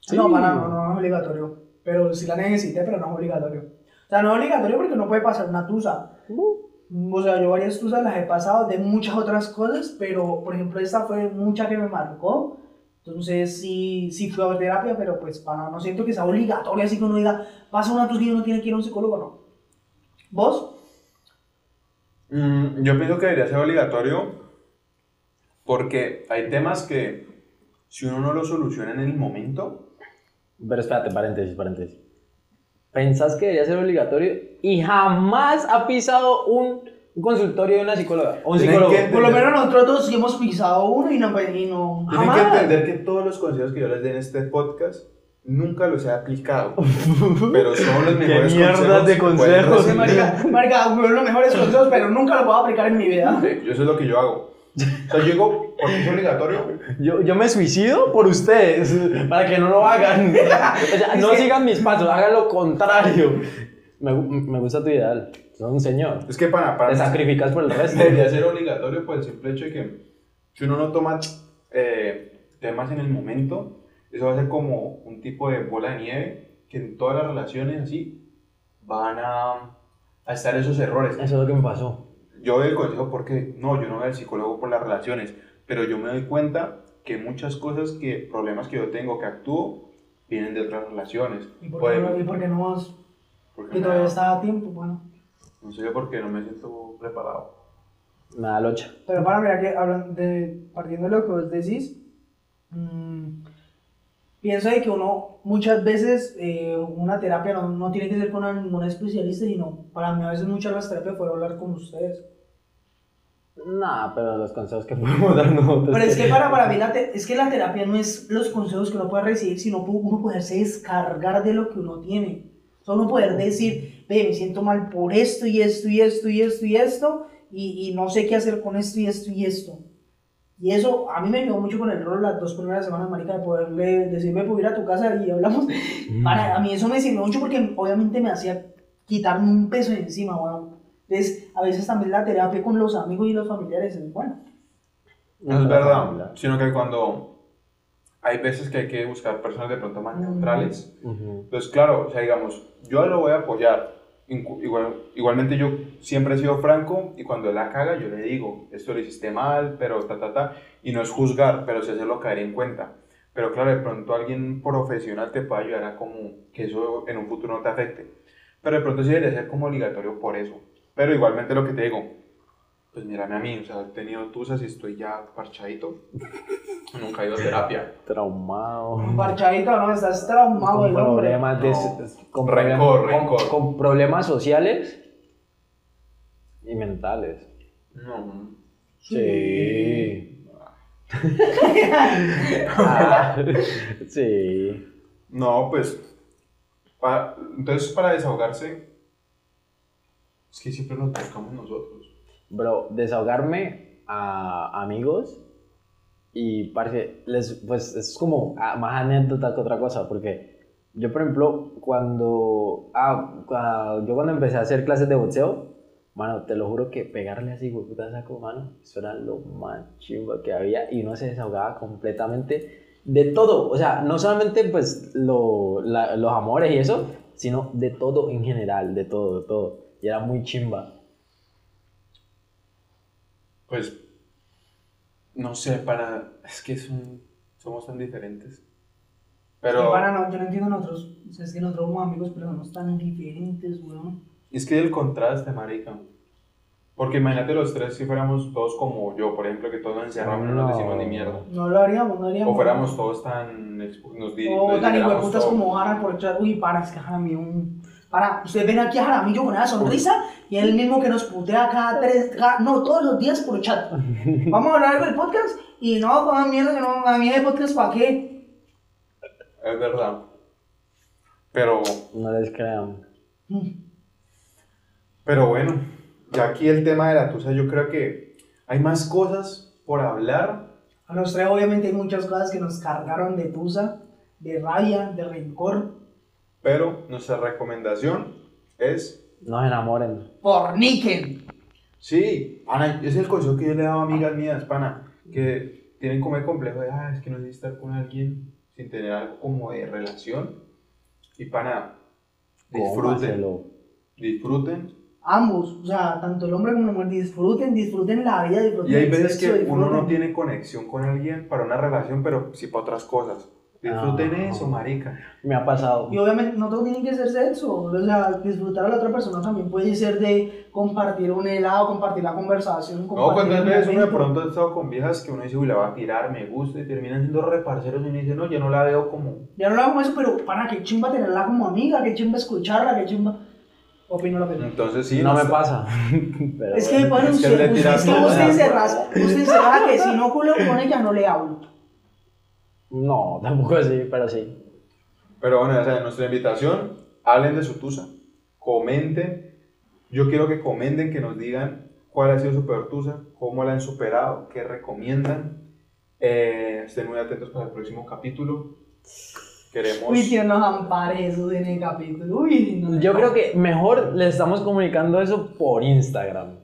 Sí. No, para no, no es obligatorio. Pero si la necesité, pero no es obligatorio. O sea, no es obligatorio porque no puede pasar una tusa. O sea, yo varias tusas las he pasado de muchas otras cosas, pero por ejemplo esta fue mucha que me marcó. Entonces sí, sí fui a ver terapia, pero pues para no siento que sea obligatorio así que uno diga, pasa una tusa y uno tiene que ir a un psicólogo, no. ¿Vos? Mm, yo pienso que debería ser obligatorio porque hay temas que si uno no lo soluciona en el momento, Pero espérate, paréntesis, paréntesis. ¿Pensás que debería ser obligatorio? Y jamás ha pisado un consultorio de una psicóloga. O un Tienen psicólogo. que- Por lo menos nosotros dos sí hemos pisado uno y no, pues, y no tienen jamás. que entender que todos los consejos que yo les dé en este podcast nunca los he aplicado, pero son los mejores mierdas de que pueden consejos, Sí, recibir. marica, marica, fueron los mejores consejos, pero nunca lo puedo aplicar en mi vida. Sí, yo- Eso es lo que yo hago. O sea, yo digo, ¿por qué es obligatorio? Yo, yo me suicido por ustedes, para que no lo hagan. O sea, no sigan mis pasos, hagan lo contrario. Me, gu- me gusta tu ideal. Sos un señor. Es que para, para Te sacrificas por el resto. debería ser obligatorio por el simple hecho de que si uno no toma eh, temas en el momento, eso va a ser como un tipo de bola de nieve que en todas las relaciones así van a, a estar esos errores. Eso es lo que me pasó. Yo doy el consejo porque no, yo no voy al psicólogo por las relaciones, pero yo me doy cuenta que muchas cosas, que problemas que yo tengo, que actúo, vienen de otras relaciones. ¿Y por qué no, y por qué no vos? Porque Que me todavía da- está a tiempo, bueno. No sé yo por qué no me siento preparado. Me da locha. Pero para mirar que hablan de, partiendo de lo que vos decís, mm, pienso de que uno muchas veces eh, una terapia no, no tiene que ser con ningún especialista, sino para mí a veces muchas de las terapias fueron hablar con ustedes. Nah, pero los consejos que podemos dar pues, nosotros. Pero es que para, para mí la te- es que la terapia no es los consejos que uno puede recibir, sino pu- uno poderse descargar de lo que uno tiene. O sea, uno poder decir, ve, me siento mal por esto y esto y esto y esto y esto, y, y no sé qué hacer con esto y esto y esto. Y eso a mí me ayudó mucho con el rol las dos primeras semanas, marica, de poderle decirme, puedo ir a tu casa y hablamos. Mm. Para, a mí eso me sirvió mucho porque obviamente me hacía quitarme un peso de encima, weón. Entonces, a veces también la terapia con los amigos y los familiares es buena. Mm, No es verdad, sino que cuando hay veces que hay que buscar personas de pronto más Mm. neutrales. Ujú. Entonces, claro, o sea, digamos, yo lo voy a apoyar. Incu- igual- igualmente yo siempre he sido franco y cuando él la caga yo le digo, esto lo hiciste mal, pero ta, ta, ta. Y no es juzgar, pero sí hacerlo caer en cuenta. Pero claro, de pronto alguien profesional te puede ayudar a como que eso en un futuro no te afecte. Pero de pronto sí debería ser como obligatorio por eso. Pero igualmente lo que te digo, pues mírame a mí, o sea, he tenido tusas y estoy ya parchadito. Nunca he ido a terapia. Traumado. Parchadito, no, estás traumado Con el hombre. problemas, de, No. Rencor, con, problemas- con- rencor. con problemas sociales y mentales. No. Sí. Ah, sí. No, pues. pa- entonces, para desahogarse. Es que siempre nos buscamos nosotros. Bro, desahogarme a amigos y parce, les, pues es como ah, más anécdota que otra cosa, porque yo, por ejemplo, cuando, ah, cua- yo cuando empecé a hacer clases de boxeo, mano, te lo juro que pegarle así, güey, puta saco, mano, eso era lo más chimba que había y uno se desahogaba completamente de todo, o sea, no solamente pues lo- la- los amores y eso, sino de todo en general, de todo, de todo, y era muy chimba. Pues. No sé, para. Es que es un- somos tan diferentes. Pero. Para, no, yo no entiendo nosotros. o sea, Es que nosotros somos amigos, pero somos tan diferentes, weón. Es que el contraste, marica. Porque imagínate los tres si fuéramos todos como yo, por ejemplo, que todos nos encerramos y no nos decimos ni mierda. No lo haríamos, no haríamos. O fuéramos todos tan. expu- Nos di- O nos tan liberamos hijueputas todo. como Jara por echar. Uy, para, es que Jaramillo. un- Para, ustedes ven aquí a Jaramillo con una sonrisa y él mismo que nos putea cada tres. cada- no, todos los días por chat. Vamos a hablar algo del podcast y no, con mierda, que no, a mí el podcast, ¿para qué? Es verdad. Pero. No les crean. Mm, Pero bueno, ya aquí el tema de la tusa, yo creo que hay más cosas por hablar. A los tres, obviamente, hay muchas cosas que nos cargaron de tusa, de rabia, de rencor. Pero nuestra recomendación es, No se enamoren. Porniquen. sí, pana, ese es el consejo que yo le he dado a amigas mías, pana, que tienen como el complejo de, ah, es que no sé estar con alguien sin tener algo como de relación. Y pana, disfruten, Cómaselo. disfruten. Ambos, o sea, tanto el hombre como la mujer, disfruten, disfruten la vida, disfruten Y hay el veces sexo, que uno no disfruten. tiene conexión con alguien para una relación, pero sí para otras cosas. Disfruten Ah. eso, marica. Me ha pasado. Y obviamente no todo tiene que ser sexo, o sea, disfrutar a la otra persona también puede ser de compartir un helado, compartir la conversación, No, compartir cuando el veces uno de momento. pronto ha estado con viejas que uno dice, uy, la va a tirar, me gusta, y terminan siendo reparceros y uno dice, no, yo no la veo como... Ya no lo hago eso, pero para qué chimba tenerla como amiga, qué chimba escucharla, qué chimba. Opino lo mismo. Entonces sí, no nos- me pasa. Pero Es que, bueno. bueno, es que usted, le usted, tiras usted, todo de usted encerrada, usted encerrada que si no culo con ella no le hablo. No, tampoco así, pero sí. Pero bueno, o sea, nuestra invitación, hablen de su tusa, comenten. Yo quiero que comenten, que nos digan cuál ha sido su peor tusa, cómo la han superado, qué recomiendan. Eh, estén muy atentos para el próximo capítulo. Queremos... Uy, que nos ampare eso en el capítulo. Uy, no. Yo creo que mejor le estamos comunicando eso por Instagram.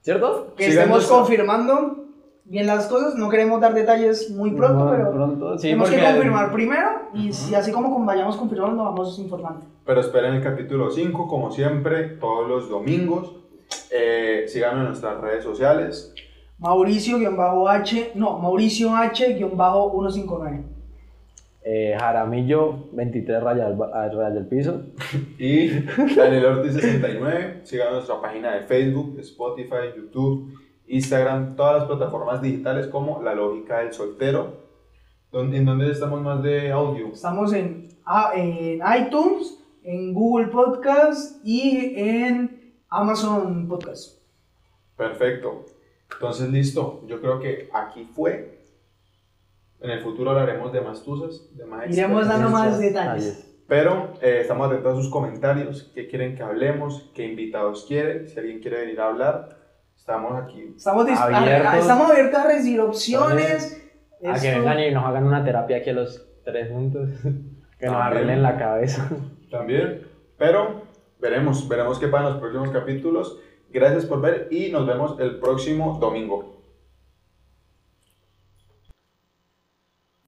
¿Cierto? que sigan estemos nuestra- confirmando bien las cosas. No queremos dar detalles muy pronto, No, pero pronto, sí, tenemos que porque- confirmar primero y Ujú. si así como con- vayamos confirmando vamos informando. Pero esperen el capítulo 5, como siempre, todos los domingos. Eh, síganos en nuestras redes sociales. Mauricio-H, no, Mauricio H-159. Eh, Jaramillo, 23 raya al, ba- ah, raya al piso. Y Daniel Ortiz 69. Síganos en nuestra página de Facebook, Spotify, YouTube, Instagram, todas las plataformas digitales como La Lógica del Soltero. Donde, en donde estamos más de audio. Estamos en, ah, en iTunes, en Google Podcast y en Amazon Podcast. Perfecto. Entonces, listo. Yo creo que aquí fue. En el futuro hablaremos de más tusas, de más Iremos dando experiencias. más detalles. Ahí es. Pero eh, estamos atentos a sus comentarios, qué quieren que hablemos, qué invitados quieren, si alguien quiere venir a hablar, estamos aquí. Estamos, dis- a- Abiertos. a- estamos abiertos a recibir opciones. A que Esto- vengan y nos hagan una terapia aquí a los tres juntos. Que nos También. arreglen la cabeza. También, pero veremos, veremos qué pasa en los próximos capítulos. Gracias por ver y nos vemos el próximo domingo.